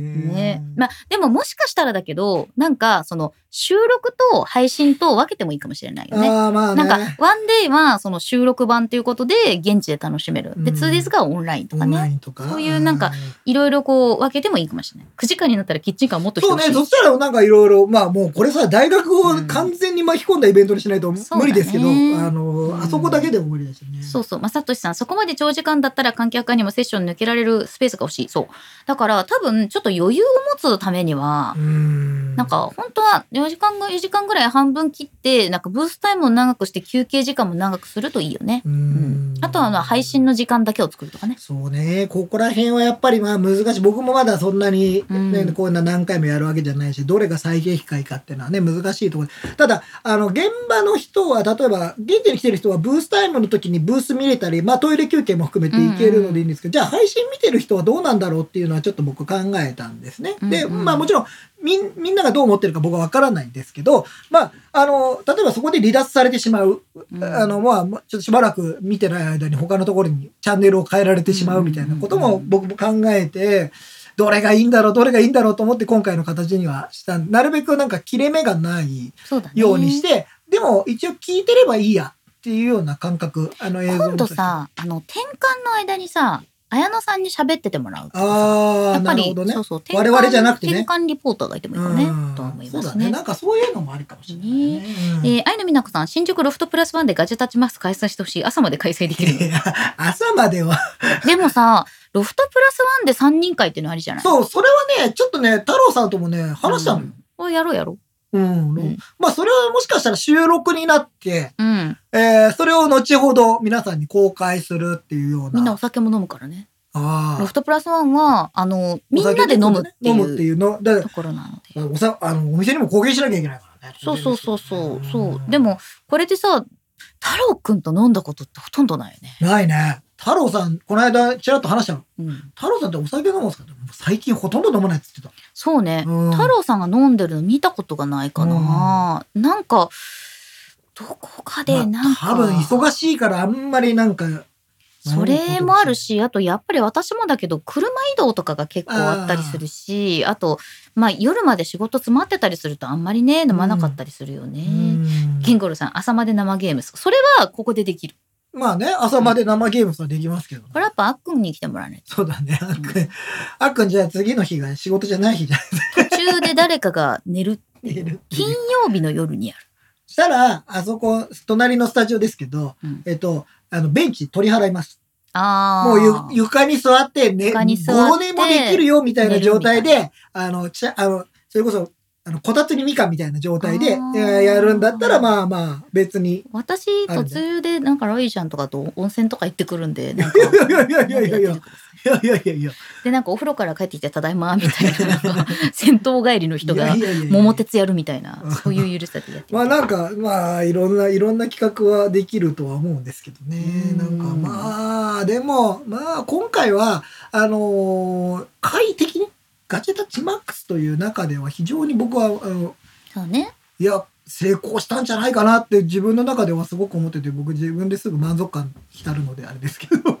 ねまあ、でももしかしたらだけど、なんか、その、収録と配信と分けてもいいかもしれないよね。ああ、まあね。なんか、ワンデイは、その収録版ということで、現地で楽しめる。で、うんツーデイズがオンラインとオかンラね。インとか。そういうなんかあー、いろいろこう、分けてもいいかもしれない。9時間になったらキッチンカーもっとそう広ね、いしそしたらなんかいろいろ、まあもうこれさ、大学を完全に巻き込んだイベントにしないとそうだ無ね理ですけど、あうんの、あそこだけでも無理だしね。そうそう、まさとしさん、そこまで長時間だったら観客側にもセッション抜けられるスペースが欲しい。そう。だから、多分、ちょっと余裕を持つためには、うん。なんか本当は4時間ぐ4時間ぐらい半分切ってなんかブースタイムを長くして休憩時間も長くするといいよね。ううんん、あとはあの配信の時間だけを作るとかね。そうね、ここら辺はやっぱりまあ難しい。僕もまだそんなに、うんねこんな何回もやるわけじゃないし、どれが最適解かっていうのはね、難しいところ。ただ、あの、現場の人は、例えば、現地に来てる人はブースタイムの時にブース見れたり、まあトイレ休憩も含めていけるのでいいんですけど、じゃあ配信見てる人はどうなんだろうっていうのはちょっと僕考えたんですね。で、うんうんまあもちろん、みん、みんながどう思ってるか僕はわからないんですけど、まあ、あの、例えばそこで離脱されてしまうあの、まあ、もうちょっとしばらく見てない間に他のところにチャンネルを変えられてしまうみたいなことうんうんもうんうん僕も考えて、どれがいいんだろう、どれがいいんだろうと思って今回の形にはした。なるべくなんか切れ目がないそうだね。ようにして、でも一応聞いてればいいやっていうような感覚、あの映像の今度さあの転換の間にさ綾乃さんに喋っててもらうとかさ。あやあ、っなぱるほり、どねそう。そう転我々じゃなくてね転換リポーターがいてもいいかうねんと思いそまうだすね。ね。なんかそういうのもありかもしれないね。うんえー、愛の美奈子さん、新宿ロフトプラスワンでガジェタッチマス開催してほしい。朝まで開催で きる。いや朝までは。でもさ、ロフトプラスワンで3人会っていうのありじゃないそう、それはね、ちょっとね、太郎さんともね、話したのよ。うんおやろうやろうんうんまあそれはもしかしたら収録になって、う。うん。えーそれを後ほど皆さんに公開するっていうような。みんなお酒も飲むからね。ああロフトプラスワンは、あの、みんなで飲むって飲むっていういうの。だかところなので。らおさあのお店にも貢献しなきゃいけないからね。そうそうそうそう。そんう。で。も、これでさ、太郎くんと飲んだことってほとんどないよね。ないね。太郎さん、この間ちらっと話したの。うん。太郎さんってお酒飲むんですかもう最近ほとんど飲まないって言ってそうねた。。うん太郎さんが飲んでるの見たことがないかな。なんか、どこかで、まあなんか、多分忙しいからあんまりなんか。それもあるし、あとやっぱり私もだけど、車移動とかが結構あったりするし、あと、まあ夜まで仕事詰まってたりするとあんまりね、飲まなかったりするようね。んキンゴルさん、朝まで生ゲームです。それはここでできる。まあね、朝まで生ゲームさできますけどね、これやっぱあっくんに来てもらわないと。そうだね。あっくん、あっくんじゃあ次の日が仕事じゃない日じゃ途中で誰かが寝る。ない。金曜日の夜にやる。したら、あそこ、隣のスタジオですけど、うんえっと、あの、ベンチ取り払います。ああ。もうゆ床に座って、ね、床に座って5、6年もできるよ、みたいな状態で、あの、ちゃ、あの、それこそ、あの、こたつにみかんみたいな状態であ、ーえーやるんだったら、まあまあ、別に。私、ある途ね中で、なんか、ロイジャンとかと温泉とか行ってくるんで、なんか。いやいやいやいやいやいや飲んでってくださいやいやいやいや。いで、なんか、お風呂から帰ってきて、ただいま、みたい な、なんか、戦闘帰りの人がい、やいやいや桃鉄やるみたいなうん、そういう許さでやってるまあなんか、まあ、いろんな、いろんな企画はできるとは思うんですけどね。うんなんか、まあ、でも、まあ、今回は、あのー、快適に、ガチェタッチマックスという中では非常に僕は、あの、そうね。いや成功したんじゃないかなって自分の中ではすごく思ってて僕自分ですぐ満足感浸るのであれですけど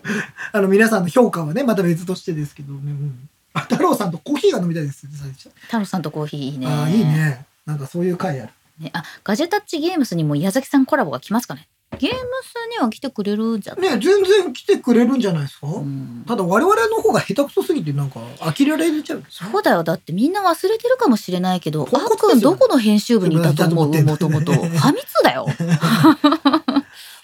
あの皆さんの評価はねまた別としてですけどね、うん、あ太郎さんとコーヒーが飲みたいです最初、太郎さんとコーヒーいいね。ああいいねなんかそういう回あるねあ、ガジェタッチゲームスにも矢崎さんコラボが来ますかね。ゲームスには来てくれるんじゃない。ね全然来てくれるんじゃないですか、うんただ我々の方が下手くそすぎてなんか呆れられちゃうんですよそうだよだってみんな忘れてるかもしれないけどポンあコっツくでんすよどこの編集部にいたと思う自分もだとと思もってとんフだァミ通だ よ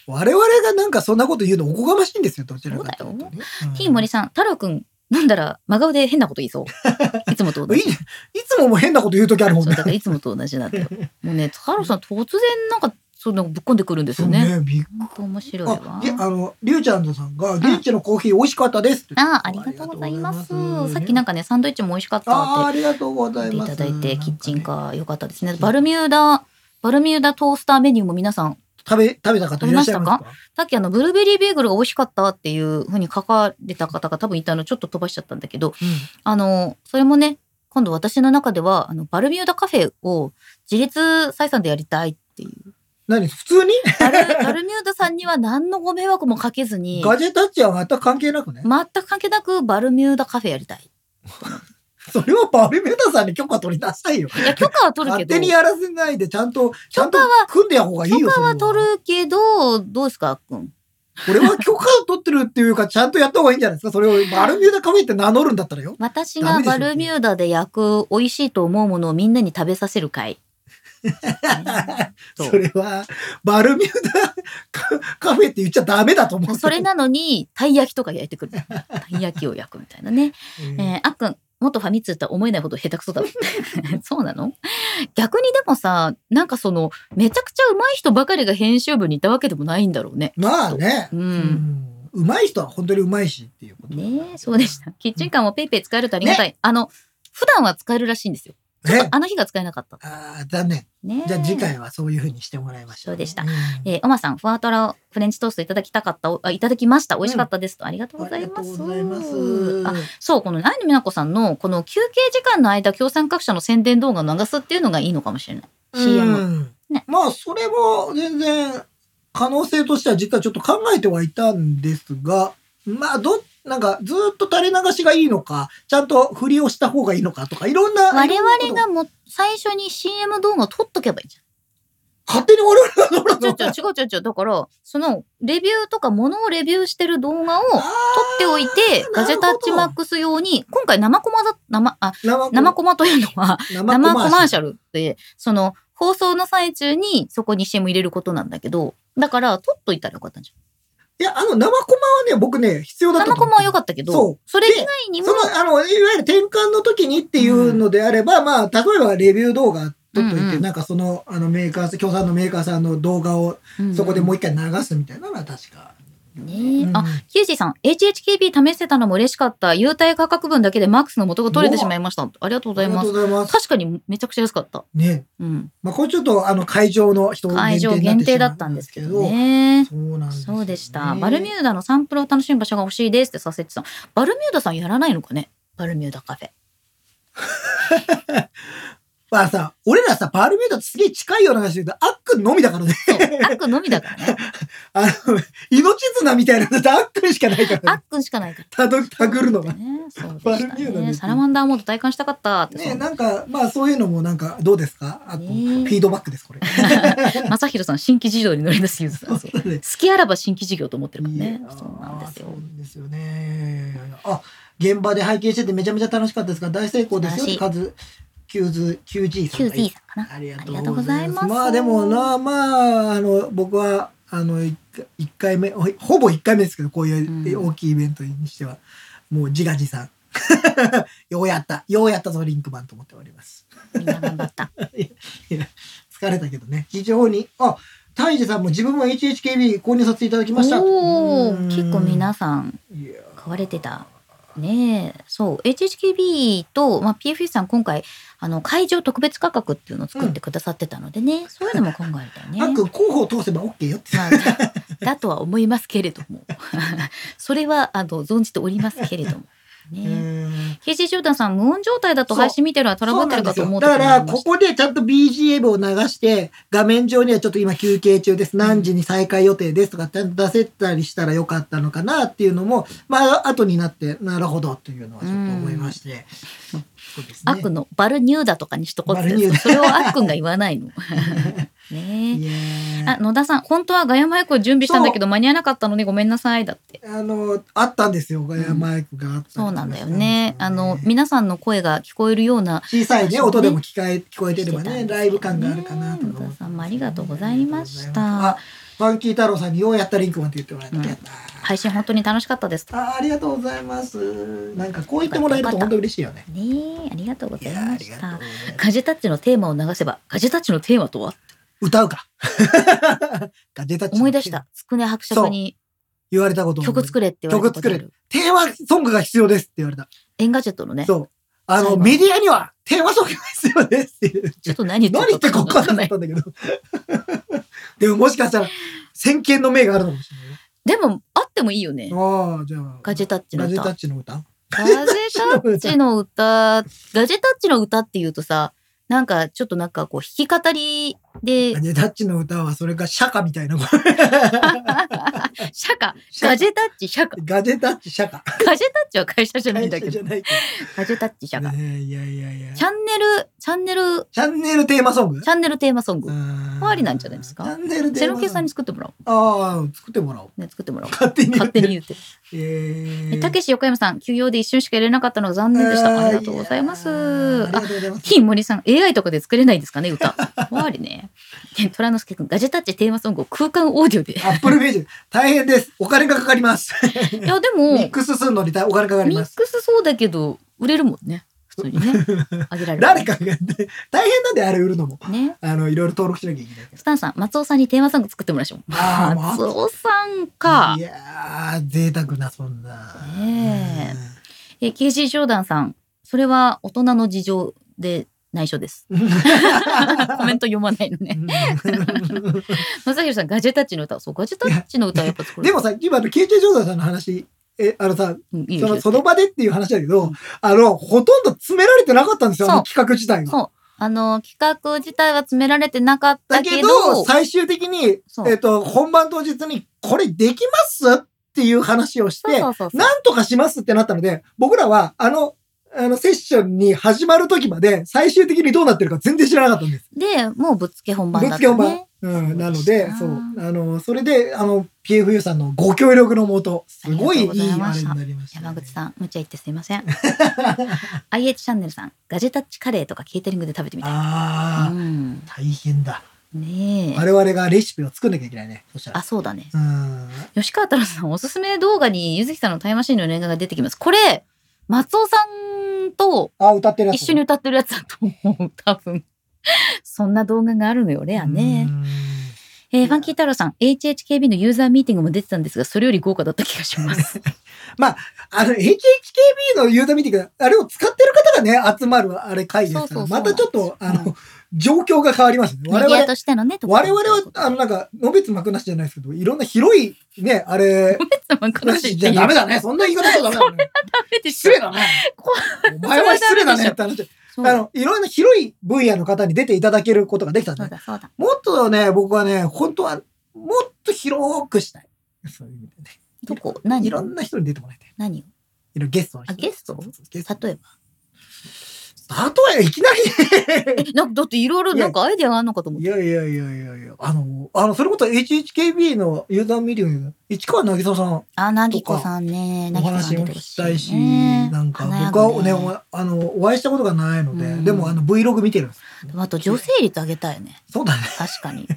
我々がなんかそんなこと言うのおこがましいんですよどちらかというと、ね、うん金森さん太郎くんなんだら真顔で変なこと言いそういつもと 同いじいねいつももう変なこと言う時あるもんそうねだからいつもと同 じなんだよもうね太郎さん突然なんかそういうのぶっこんでくるんですそようねねびっなんか面白いあわいやあのリュウちゃんさんが現地のコーヒー美味しかったですって。あありがとうございますさっきなんか。かねサンドイッチも美味しかったってあーありがとうございいます。ただいてキッチンカー良かったですねうんバルミューダバルミューダトースターメニューも皆さん食べ食べた方いらっしゃいますか。さっきあのブルーベリーベーグルが美味しかったっていうふうに書かれた方が多分いたのちょっと飛ばしちゃったんだけどあのそれもね今度私の中ではあのバルミューダカフェを自立採算でやりたいっていううん何普通に？バ ルバルミューダさんには何のご迷惑もかけずにガジェタッチは全く関係なくね。全く関係なくバルミューダカフェやりたいそれをバルミューダさんに許可取りなさいよ。いや許可は取るけ勝ど手にやらせないでちゃんとちゃんと許可は組んでやる方がいい許よ。可はそれ取るけどどうですかあっくん俺は許可を取ってるっていうかちゃんとやった方がいいんじゃないですか。それ をバルミューダカフェって名乗るんだったらよ。私ダがメでしバょルミューダで焼く美味しいと思うものをみんなに食べさせる会そ うそれはバルミューダカカフェって言っちゃダメだと思う。それなのに、たい焼きとか焼いて くる。たい焼きを焼くみたいなね。うんえー、あっくん、元ファミ通とは思えないほど下手くそだ。 そうなの逆にでもさ、なんかその、めちゃくちゃ上手い人ばかりが編集部にいたわけでもないんだろうね。まあね。ううんん。うまい人は本当にうまいしっていうこと。ねえ、そうでした。キッチンカーもペイペイ使えるとありがたい。あの、普段は使えるらしいんですよ。ね。あの日が使えなかった。ああ、残念。ねえじゃあ次回はそういうふうにしてもらいましょそうでしたんえー、おまさん、ふわとらフレンチトーストいただきたかった、あいただきました。美味しかったですと。ありがとうごあざりいがとまうす。ございます。あそう、この愛の美奈子さんの、この休憩時間の間、共産各社の宣伝動画を流すっていうのがいいのかもしれない。CM。うんねまあ、それも全然可能性としては実はちょっと考えてはいたんですが、まあ、ど、なんかずっと垂れ流しがいいのか、ちゃんと振りをした方がいいのかとか、いろんな。我いろん々ながこもう最初に CM 動画を撮っとけばいいじと。勝手に我々がゃん。ちょちょ、違う違う違う。だから、その、レビューとか、ものをレビューしてる動画を撮っておいて、なるほどガジェタッチマックス用に、今回生コマだ、生、あ、生生コマというのは、生生コマーシャャルって、その、放送の最中にそこに CM 入れることなんだけど、だから、撮っといたらよかったんじル。いや、あの、生コマはね、僕ね、必要ゃん。だった生と思コう。マは良かったけど、そうそれ以外にもそ、の、あの、いわゆる転換の時にっていうのであれば、まあ、例えばレビュー動画撮っといて、うんうんなんかその、あの、メーカー、共産のメーカーさんの動画をうんそこでもう一回流すみたいなのは確か。ねえ、うんあ、キュージーさん、HHKB 試せたのも嬉しかった。優待価格分だけでマックスの元が取れてしまいました。ありがとうごあざりいがまとすう。ございます。確かにめちゃくちゃ安かった。ね。うん。まあ、これちょっと、あの、会場の人会場限定だったんですけどね。そうなんですよね、そうでした。バルミューダのサンプルを楽しむ場所が欲しいですってさせてさん。バルミューダさんやらないのかねバルミューダカフェ。まあさ、俺らさ、バルミューダってすげえ近いような話だけど、あっくんのみだからね。そう。アックンのみだからね。あの、 命綱みたいなのってあっくんしかないかアら、ッね、クンしかないから。たど、たぐるのが。ね。そうでしバルたミューダでね。サラマンダーモード体感したかったってね さ。なんか、まあそういうのもなんか、どうですかあと、ねフィードバックです、 これ。まさひろさん、新規事業に乗り出すユーズさん。そう好きあらば新規事業と思ってるからねい。やーそうなんですよそう。ですよね。あ、現場で拝見しててめちゃめちゃ楽しかったですが、大成功ですよって素晴数、 9G 9G さんが QZ いさんかな。ありがとうございますまあでもなまああの僕はあの一回一回目ほほぼ一回目ですけどこういううん大きいイベントにしては、もう自画自賛 ようやったようやったぞリンクマンと思っておりますみんな頑張った。疲れたけどね非常にあタイジさんも自分も HHKB 購入させていただきましたおお、うん結構皆さんいや買われてた。ねえ、そう、HHKB と、まあ、PFU さん今回、あの、会場特別価格っていうのを作ってくださってたのでね、そういうのも考えたよ ね。あっくん候補を通せば OK よってまあ、だだとは思いますけれども それはあの存じておりますけれどもね。うん KC ジョーダンさん無音状態だとそう配信見てるはトラブってるかと思うそうなん時ですもよあだからりまこしたこでちゃんと BGM を流して画面上にはちょっと今休憩中です何時に再開予定ですとかちゃんと出せたりしたらよかったのかなっていうのもまあ後になってなるほどというのはちょっと思いまして、そうですね悪のバルニューダとかにしとこうっバルニューてダそれをあっくんが言わないの。 ねいやえ。ーあ野田さん本当はガヤマイクを準備したんだけど間に合わなかったのねごめんなさいだって。あのあったんですよガヤマイクがあったりとかしたそうなんだよね。あのね皆さんの声が聞こえるような小さいねそうね音でも聞かえ聞こえてればしてたねんですよねライブ感があるかなとか思って野田さんもありがとうございましたあファンキー太郎さんにようやったリンクマンって言ってもらえた、うんやった配信本当に楽しかったです。あありがとうございますなんかこう言ってもらえると本当嬉しいよねねえありがとうございまいやしありがとうたございます。ガジェタッチのテーマを流せばガジェタッチのテーマとは歌うか ガジェタッチの思い出した。つくね伯爵に言われたことを曲作れって言われたことあ曲る。テーマソングが必要ですって言われたエンガジェットのね。ちょそうあ最の後メディアにはテーマソングが必要ですって いうっと何言何っ言てってたるかか分か分かんんななかっい。たんだけ どでももしかしたら先見の明があるのかもしれないねでも、あってもいいよね。ああ、じゃあ。ガジェタッチのガジェタッ歌。チの歌ガジェタッチの歌。ガジェタッチの歌っていうとさ、なんかちょっとなんかこう弾き語り でガ、ジェタッチの歌は、それが釈迦みたいな。シャカ。 ガジェタッチ シャカ。ガジェタッチ釈迦。ガジェタッチは会社じゃないん会だけ社じどゃ。 ないけガジェタッチシャど。カ。ねえいやいやいや。チャンネル、チャンネル、チャンネルテーマソングチャンネルテーマソング。あありなんじゃないですかチャンネルテセーロマケソさンんグに。作ってもらおう。ああ、作ってもらおう。ね、作ってもらおう。勝手に。勝手に。言 ってる。ええーたけし横山さん、休養で一瞬しか入れなかったのが残念でした。ありがとうございまあーす。ありがあ、とうございます。金森さん、AI とかで作れないですかね、 歌。終わりね。で虎之介くん、ガジェタッチテーマソングを空間オーディオで。アップルミュージック。大変です。お金がかかります。いや、でミも、ックスするのに大お金かかりミまッす。クスそうだけど、売れるもんね。普通に ね。あげられる。誰かがね、大変なんであれ売るのも。ね。あの、いろいろ登録しなきゃいけないから。スタンさん、松尾さんにテーマソング作ってもらいましょう。あー松尾さんかい。やー、贅沢な、そんな。ねえ、KC ジョーダンさん、それは大人の事情で内緒 です。うんコメント読まないのね。まさひろさん、ガジェタッチの歌。そう、ガジェタッチの歌はやっぱ作る。でもさ、今の KK 上手さんの話、え、あのさ、うん、いいそよいいのよその場でっていう話だけど、あの、ほとんど詰められてなかったんですよ、そうあの企画自体が。そう。あの、企画自体は詰められてなかっただけけどど、、最終的にそ、うえっと、本番当日に、これできますっていう話をしそうてそ、うそうそう。なんとかしますってなったので、僕らは、あの、あの、セッションに始まる時まで、最終的にどうなってるか全然知らなかったんです。で、もうぶっつけ本番ぶだっっつたけね。本番。うん、なので、そそううでし。たあの、それで、あの、PFU さんのご協力のもと、すごいいいありがとうございまあれしにたなりましたね、山口さん、無茶言ってすいません。IH チャンネルさん、ガジェタッチカレーとかケーテリングで食べてみたい。うああ、ん。大変だ。ねえ。我々がレシピを作んなきゃいけないね。そしたあ、ら。そうだね。うん。吉川太郎さん、おすすめ動画に、ゆずきさんのタイムマシーンの年賀が出てきます。これ、松尾さんとあ、歌ってるやつ。一緒に歌ってるやつだと思う、多分。 そんな動画があるのよ、レアね。うん。えーファンキー太郎さん、HHKB のユーザーミーティングも出てたんですが、それより豪華だった気がします。あの、HHKB のユーザーミーティング、あれを使ってる方がね、集まる、あれ、会議ですかそうそうら、まそうたちょっと、あうの、状況が変わりますね。メ 我ディア々、としてのね、我々は、あの、なんか、のべつ幕なしじゃないですけど、いろんな広い、ね、あれ、の、な悲ししいっじていゃう。ダメだね。 そんな言い方しちゃダメだね。失礼だね。お前は失礼だねって話。そうあの、いろんな広い分野の方に出ていただけることができたんそうで、だ、そうだ。もっとね、僕はね、本当は、もっと広くしたい。そういう意味でね。どこい何ろんな人に出てもらいたい。何いろいろゲストの人。あゲストそうそうゲスト例えば。例え、いきなりね。え、なんかだっていろいろなんかアイデアがあるのかと思っいて。やいやいやいやいや、あの、あの、それこそ HHKB のユーザーミリオン、市川渚さん、あ、なぎこさんね。なおぎこ話さんも出て聞ほきしいたねいし、なんか華や僕はかねね、おあの、お会いしたことがないので、うんでもあの、Vlog 見てるんです。でもあと女性率上げたいね。そうだね。 確かに。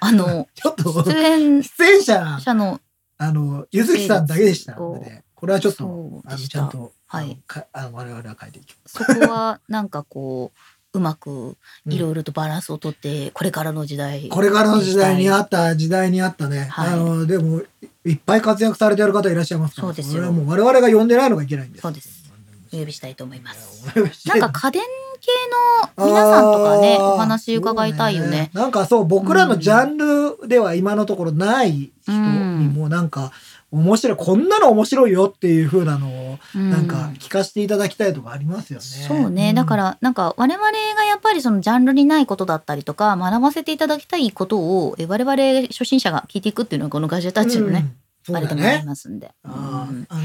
あの、ちょっと、出演出演者、者の、あの、ゆずきさんだけでしたので、これはちょっと、そうあの、でしちゃんた。と、はいあのかあの我々は書いていきます。そこはなんかこう、うまくうんいろいろとバランスをとって、これからの時代。これからの時代にあった時代にあったね、はいあのでもいっぱい活躍されてる方いらっしゃいますからそうですよこれはもう我々が呼んでないのがいけないんですそうですお呼びしたいと思います。お呼びしてなんか家電系の皆さんとかね、お話伺いたいよね。あーそうなんかそう僕らのジャンルでは今のところない人にもなんか面白いこんなの面白いよっていう風なのをうなんか聞かせていただきたいとかありますよね。そうね、だかららなんか我々がやっぱりそのジャンルにないことだったりとか学ばせていただきたいことをえ我々初心者が聞いていくっていうのがこのガジェタッチのね、うん、そあうれだともありね。ますんで。あうーんあの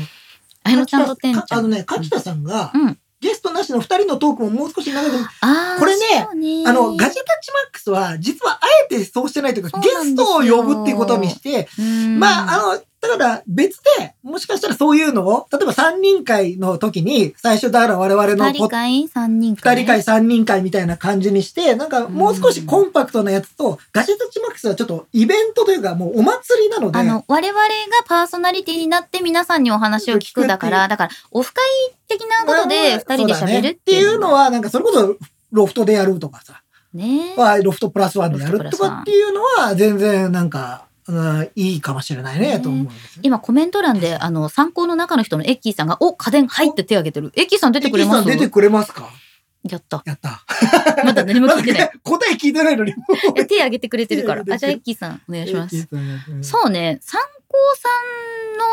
あやのちゃんとてんちかゃん。あのね柿田さんが、うんゲストなしの二人のトークももう少し長くあーこれねそうねあの、ガジェタッチマックスは、実はあえてそうしてないというか、ゲそうなんスですトよを呼ぶっていうことにして、うんまあ、あの、だから別で、もしかしたらそういうのを、例えば3人会の時に、最初だから我々の二人会三人2会、人会、3人会みたいな感じにして、なんかもう少しコンパクトなやつと、ガジェタッチマックスはちょっとイベントというか、もうお祭りなので、あの我々がパーソナリティになって皆さんにお話を聞くだか聞くっていらだからオフ会的なことで二人でそうだ喋ねるっってていいううののは、なんかそれこそ、ロフトでやるとかさ、ねまあ、ロフトプラスワンでやるとかっていうのは、全然なんか、うんいいかもしれないね、と思うんですね今コメント欄であの参考の中の人のエッキーさんが「お家電入って手挙げてるエッキーさん出てくれまエすキさん出てくれますかやったやった。まだ何も聞い てない答え聞いてないのに。いや手挙げてくれてる から手あじゃあエッ挙キーさんお願いしますそ。そうね参考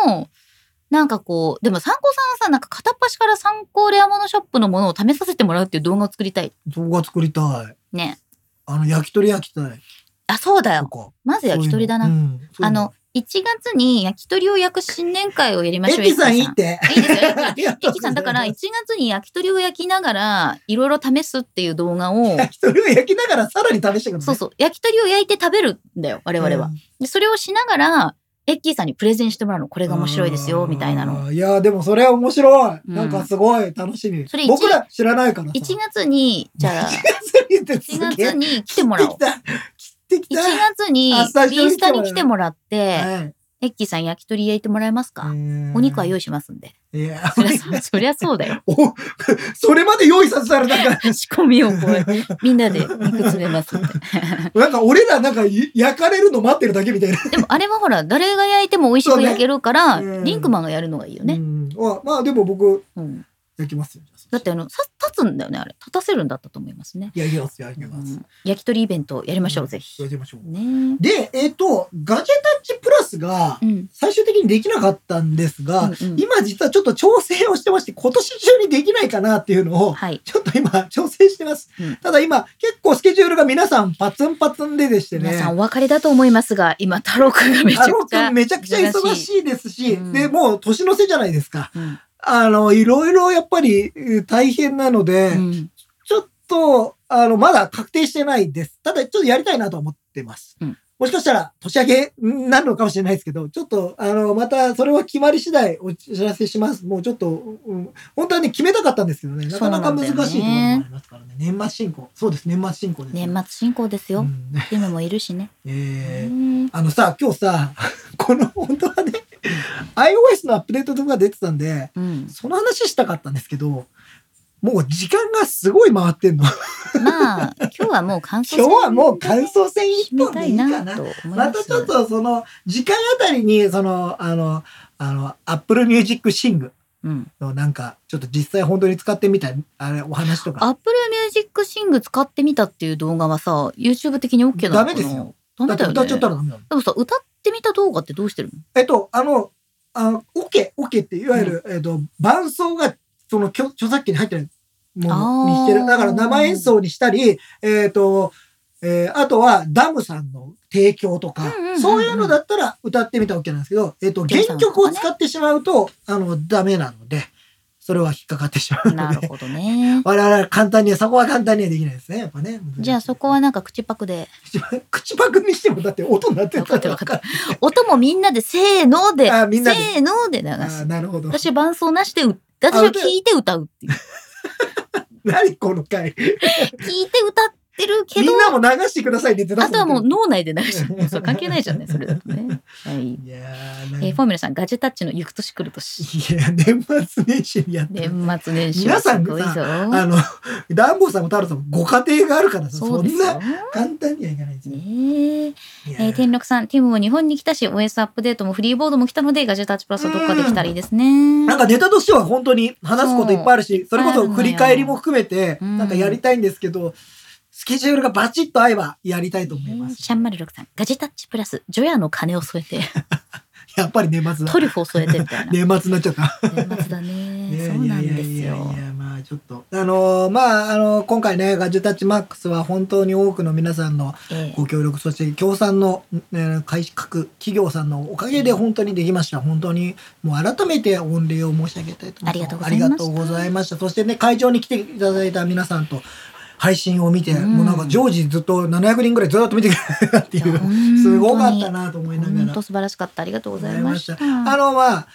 さんのなんかこうでも参考さんはさなんか片っ端から参考レアモノショップのものを試させてもらうっていう動画を作りたいう動画作りたい。ねあの、焼き鳥焼きたい。あそうだとよか。まず焼き鳥だなそういうの。うんあの、1月に焼き鳥を焼く新年会をやりまエしょうキさんいいっエッて。キーさんいいですよありがとエうごキさざいますん だから1月に焼き鳥を焼きながらいろいろ試すっていう動 画を焼き鳥を焼きながらさらに試してくだそさうい。そう焼き鳥を焼いて食べるんだよ我々は、うん。でそれをしながらエッキーさんにプレゼンしてもらうのこれが面白いですよみたいなのあー。いや、でもそれは面白い。うんなんかすごい楽しみそれ。一僕ら知らないからさ。 1月 にじゃあ1月にって1すげえ月に来ても らおう切ってきた。切ってき1た。月にあスタジオビーに来スてもタらうに来てもらってはいエッキーさん焼き鳥焼いてもらえますかお肉は用意しますん でいや、そりゃそうそりゃそうだよお、それまで用意させられた から。仕込みをこ れみんなで 肉詰めますんでなんか俺らなんかい焼かれるの待ってるだけみたいな。でもあれはほら誰が焼いても美味しく焼けるから、そうねうんリンクマンがやるのがいいよね、うんあまあでも僕うん、焼きますよ。だってあのさ立つんだよねあれ立たせるんだったと思いますね焼きます焼きます。うん焼き鳥イベントやりましょう、ぜひ。やりましょう。ねで、えっ、と、ガジェタッチプラスがえ。うん。最終的にできなかったんですが、うんうん今実はちょっと調整をしてまして、今年中にできないかなっていうのを、はい。ちょっと今調整してます。うんただ今結構スケジュールが皆さんパツンパツンででしてね。皆さんお分かりだと思いますが、今、太郎くんがめちゃ太郎くちゃ。くんめちゃくちゃ忙しい。いですし、うんで、もう年の瀬じゃないですか。うん。あの、いろいろやっぱりえー大変なので、うんちょっと、あの、まだ確定してないです。ただ、ちょっとやりたいなとは思ってます。うんもしかしたら、年明けになるのかもしれないですけど、ちょっと、あの、また、それは決まり次第お知らせします。もうちょっと、うん、本当はね、決めたかったんですけどね、なかなか難しいところもありますからね。年末進行。そうです、年末進行です。年末進行ですうよ。んねチームもいるしね。えーねあのさ、今日さ、この、本当はね、iOS のアップデートとか出てたんで、えうん。その話したかったんですけど、もう時間がすごい回ってんの。まあ、今日はもう感想今日はもう感想戦一み本たでいいいかななと。思います。またちょっとその、時間あたりに、その、あの、あの、Apple Music Sing うん。のなんか、ちょっと実際本当に使ってみたい、あれ、お話とか。アップルミュージックシング使ってみたっていう動画はさ、YouTube 的に OK なのかダなメですよ。ダメだよね。歌っちゃったらダメなの。でもさ、歌ってみた動画ってどうしてるのえっと、あの、あの、OK、OK って、いわゆる、えっと、伴奏が、その著、著作権に入ってないものにしてある。ーだから生演奏にしたり、えっと、えーあとはダムさんの提供とか、うんうんうんうんそういうのだったら歌ってみたわけなんですけど、えっと、ジェイさ原んとかね曲を使ってしまうと、あの、ダメなので、それは引っかかってし まうなのるで、ほどね。我々は簡単には、そこは簡単にはできないですね。やっぱね。 じゃあそこはなんか口パク で、口パク、口パクにしてもだって音になってるわかったわ音もみんなでせーので、あみんなでせーので流あすー。なるほど。私は伴奏なしでう、私は聞いて歌うっ ていう。何この回。聞いて歌ってるけみどん、なも流してくださいねって出あとはもうう。脳内で流 してる。そう関係ないじゃんね、それだとね。はい。いやえーーフォーミュラさん、ガジェタッチの行く年来る年。いや、年末年始にやってる。年末年始は皆さすんごいぞさ。あの、ダンボさんも太郎さんもご家庭があるからさ、そそうでんすよな。簡単にはいかないですね。ねいえやえー、天禄さん、ティムも日本に来たし、OS アップデートもフリーボードも来たので、ガジェタッチプラスはどっかできたらいいですね。なんかネタとしては本当に話すこといっぱいあるし、それこそ振り返りも含めて、うんなんかやりたいんですけど、スケジュールがバチッと合えばやりたいと思います。シャンマル6さん、ガジェタッチプラス、除夜の鐘を添 えて、やっぱり年末だト。リュフを添えてみたいな。年末になっちゃった。年末だね。そうなんですいやいやよい。やいやまあちょっとあのーまああのー今回ねガジュタッチマックスは本当に多くの皆さんのええご協力そして協賛の、ね、会社各企業さんのおかげで本当にできました本当にもう改めて御礼を申し上げたいと思いますありがとありがとううございましたございましたそしてね会場に来ていただいた皆さんと配信を見て、うんもうなんか常時ずっと700人ぐらいずっと見てくれたっていいや本当うにすごかったなと思いなが本ら当素晴らしかった。ありがとうございました。あのまあ、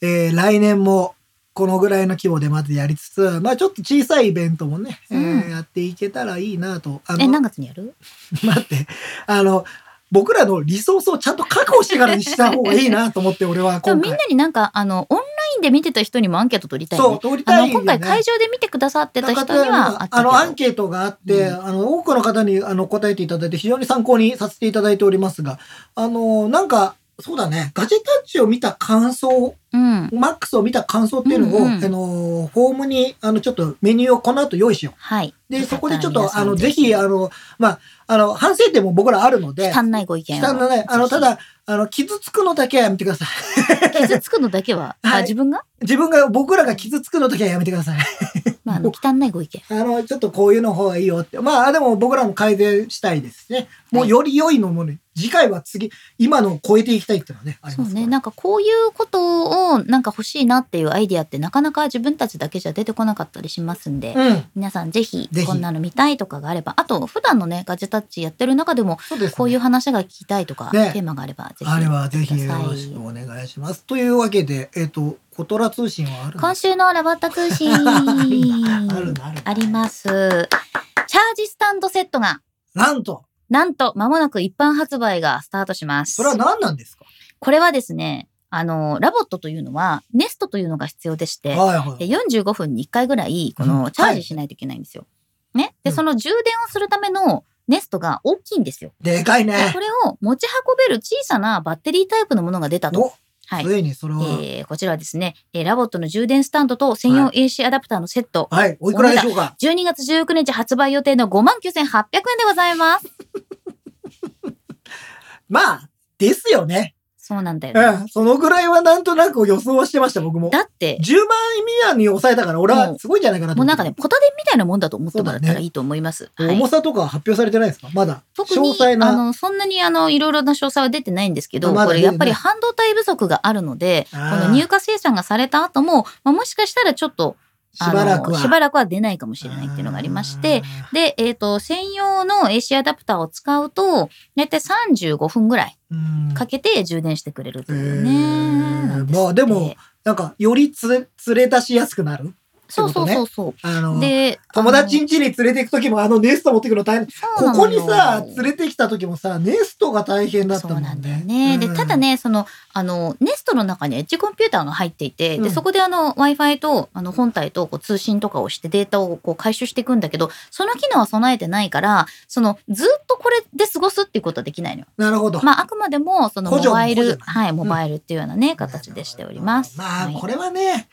えー来年もこのぐらいの規模でまずやりつつ、まあちょっと小さいイベントもね、えーうんやっていけたらいいなと。あえ、の何、月にやる 待って、あの、僕らのリソースをちゃんと確保してからにした方がいいなと思って、俺 はで今もみん回な。になんか、あの、オンラインで見てた人にもアンケート取りたいね。そう、通りあたのいよ今ね回会場で見てくださってた人にはあのアっンたけケートがあって、うあの多くの方にあの答えていただいて非常に参考にさせていただいておりますがあのなんかそうだねガジェタッチを見た感想どうんマックスを見た感想っていうのを、うんうんあのフォームにあのちょっとメニューをこの後用意しよはい。う。でよかそたこらでちょっとあの皆さんぜひあのまああの反省点も僕らあるので。足んないご意見を。汚いあのたぜだあの傷つくのだけはやめてください。 ひ、傷つくのだけは、あはい自分が自分が僕らが傷つくのだけはやめてください。 まあ、あの汚いご意見。あのちょっとこういうの方がいいよって。まあでも僕らも改善したいですね。もうより良いのもね次回は次今のを超えていきたいっていうのはねありそまうすね。なんかこういうことをなんか欲しいなっていうアイディアってなかなか自分たちだけじゃ出てこなかったりしますんで、ね。うん皆さんぜひぜひこんなの見たいとかがあれば、あと普段のね、ガジェタッチやってる中でもそうです、ね。こういう話が聞きたいとか、ねテーマがあればぜひ。あれはぜひくだよさいろしくお願いします。というわけで、えっ、と、コトラ通信はあるんで今す週のラバッタ通信 あるんだあるんだあるんだあります。チャージスタンドセットがなんと、なんと間もなく一般発売がスタートしますそれ。は何なんですかこれはですね、あの、ラボットというのはネストというのが必要でしはて、いはい。 45分に1回ぐらいこうんのチャージしないといけないんですよ。ね。で、うんその充電をするためのネストが大きいんですよ。でかいでねこ。れを持ち運べる小さなバッテリータイプのものが出たと。お、はい。ついにそれは、えーこちらはですね、えーラボットの充電スタンドと専用は AC アダプターのセット、はい、おいくらでしょうか12月19日発売予定の5万9800円でございます。まあ、ですよね。そうなんだよね、うん、そのぐらいはなんとなく予想はしてました、僕も。だって、 10万円未満に抑えたから、俺はすごいんじゃないかなともう思なっんかてね、ポタデンみたいなもんだと思ってもらったそうらだねいいと思います。はい重さとかは発表されてないですかまだ。特に詳細なあのそんなにあのいろいろな詳細は出てないんですけど、あまだこ出れてやないっぱり半導体不足があるのでこあーの入荷生産がされた後も、まあ、もしかしたらちょっとしあのばらくは。しばらくは出ないかもしれないっていうのがありましてで、えー、と専用の AC アダプターを使うと大体35分ぐらいあー、うんかけて充電してくれるというね。へーなんすってまあでもなんか、よりつれ、連れ出しやすくなるそうそうそうそう。あの、で友達ん家に連れて行く時もあのネスト持ってくの大変。あこのこにさ、そうなのよ連れてきた時もさ、ネストが大変だったそもうんね。なんだよね。で、うんただ、ね、その、あの、ネストの中にエッジコンピューターが入っていて、うんで、そこであの、Wi-Fi と、あの、本体とこう通信とかをしてデータをこう回収していくんだけど、その機能は備えてないから、その、ずっとこれで過ごすっていうことはできないのよ。なるほど。まあ、あくまでも、その、補モ助バイ補ル、助はい、モバイルっていうようなね、形でしております。まあ、はいこれはね、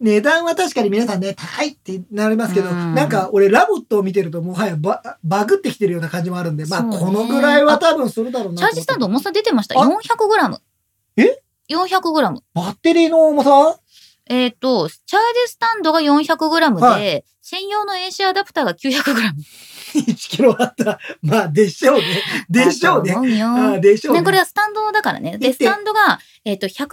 値段は確かに皆さんね、高いってなりますけど、うんなんか俺ラボットを見てるともはやババグってきてるような感じもあるんで、まあそうねこのぐらいは多分するだろうなチャージスタンドと思って重さ出てました。あ 400g。え ?400g。バッテリーの重さえっ、と、チャージスタンドが 400g で、は専用の AC アダプターが 900g。 1キロあったら、 まあでしょうね。でしょうだねと。思うよああでしょうね。ね、これはスタンドだからね。で、見スてタンドが、えっ、と、170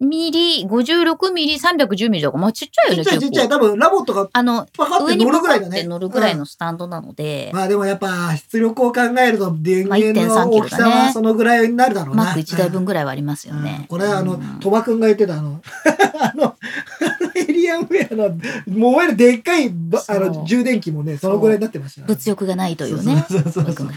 ミリ、56ミリ、310ミリとか、まあちっちゃいちよっね、ちゃいちっちゃ結い。構。多分ラボットがあの、パカっ上てに乗るパぐらカいだってね。乗るぐらいうんのスタンドなので、まあでもやっぱ出力を考えると電まあ源の大きさ1.3はそのぐらいになるだろうな。マーク1台分ぐらいはありますようんね。これあの、うん鳥羽くんが言ってたあの、 あの、あのエイリアンウェアの、燃えるでっかいば、あそうの、充電器もね、そのぐらいになってましたよね物欲がないというね。そうそうそうそう僕も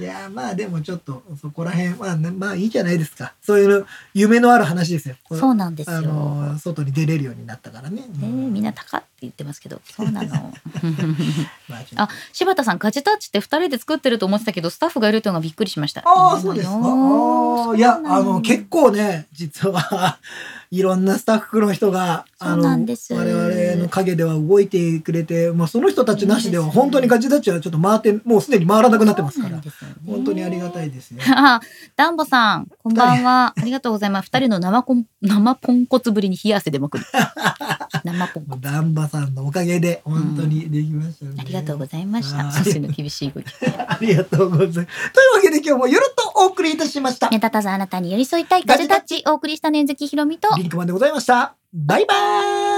いやーまあでもちょっと、そこら辺、まあ、ね、まあいいじゃないですか。そういう夢のある話ですよ。これそうなんですあよ。の、外に出れるようになったからね。ねえみんな高って言ってますけど、そうなの。まあちょっとあ、柴田さん、ガジェタッチって二人で作ってると思ってたけど、スタッフがいるというのがびっくりしました。ああ、そうですか。あーいや、あの、結構。構ね、実は、 いろんなスタッフの人が、あそうの、なんです我々の陰では動いてくれて、まあ、その人たちなしでは、いいですね本当にガチダッチはちょっと回って、もうすでに回らなくなってますかそうならん、ですよね本当にありがたいですね。あ ダンボさん、こんばんは。ありがとうございます。二人の生コン生ポンコツぶりに冷や汗でまく る。生ポンコツ。ダンバさんのおかげで、本当にできましたね、ありがとうございざいました。はい先生の厳しい ご意見。ます。ありがとうございます。というわけで今日もよろっとお送りいたしました。目立たずあなたに寄り添いたいガジェタッチお送りしたねずきひろみと。リンクマンでございました。バイバーイ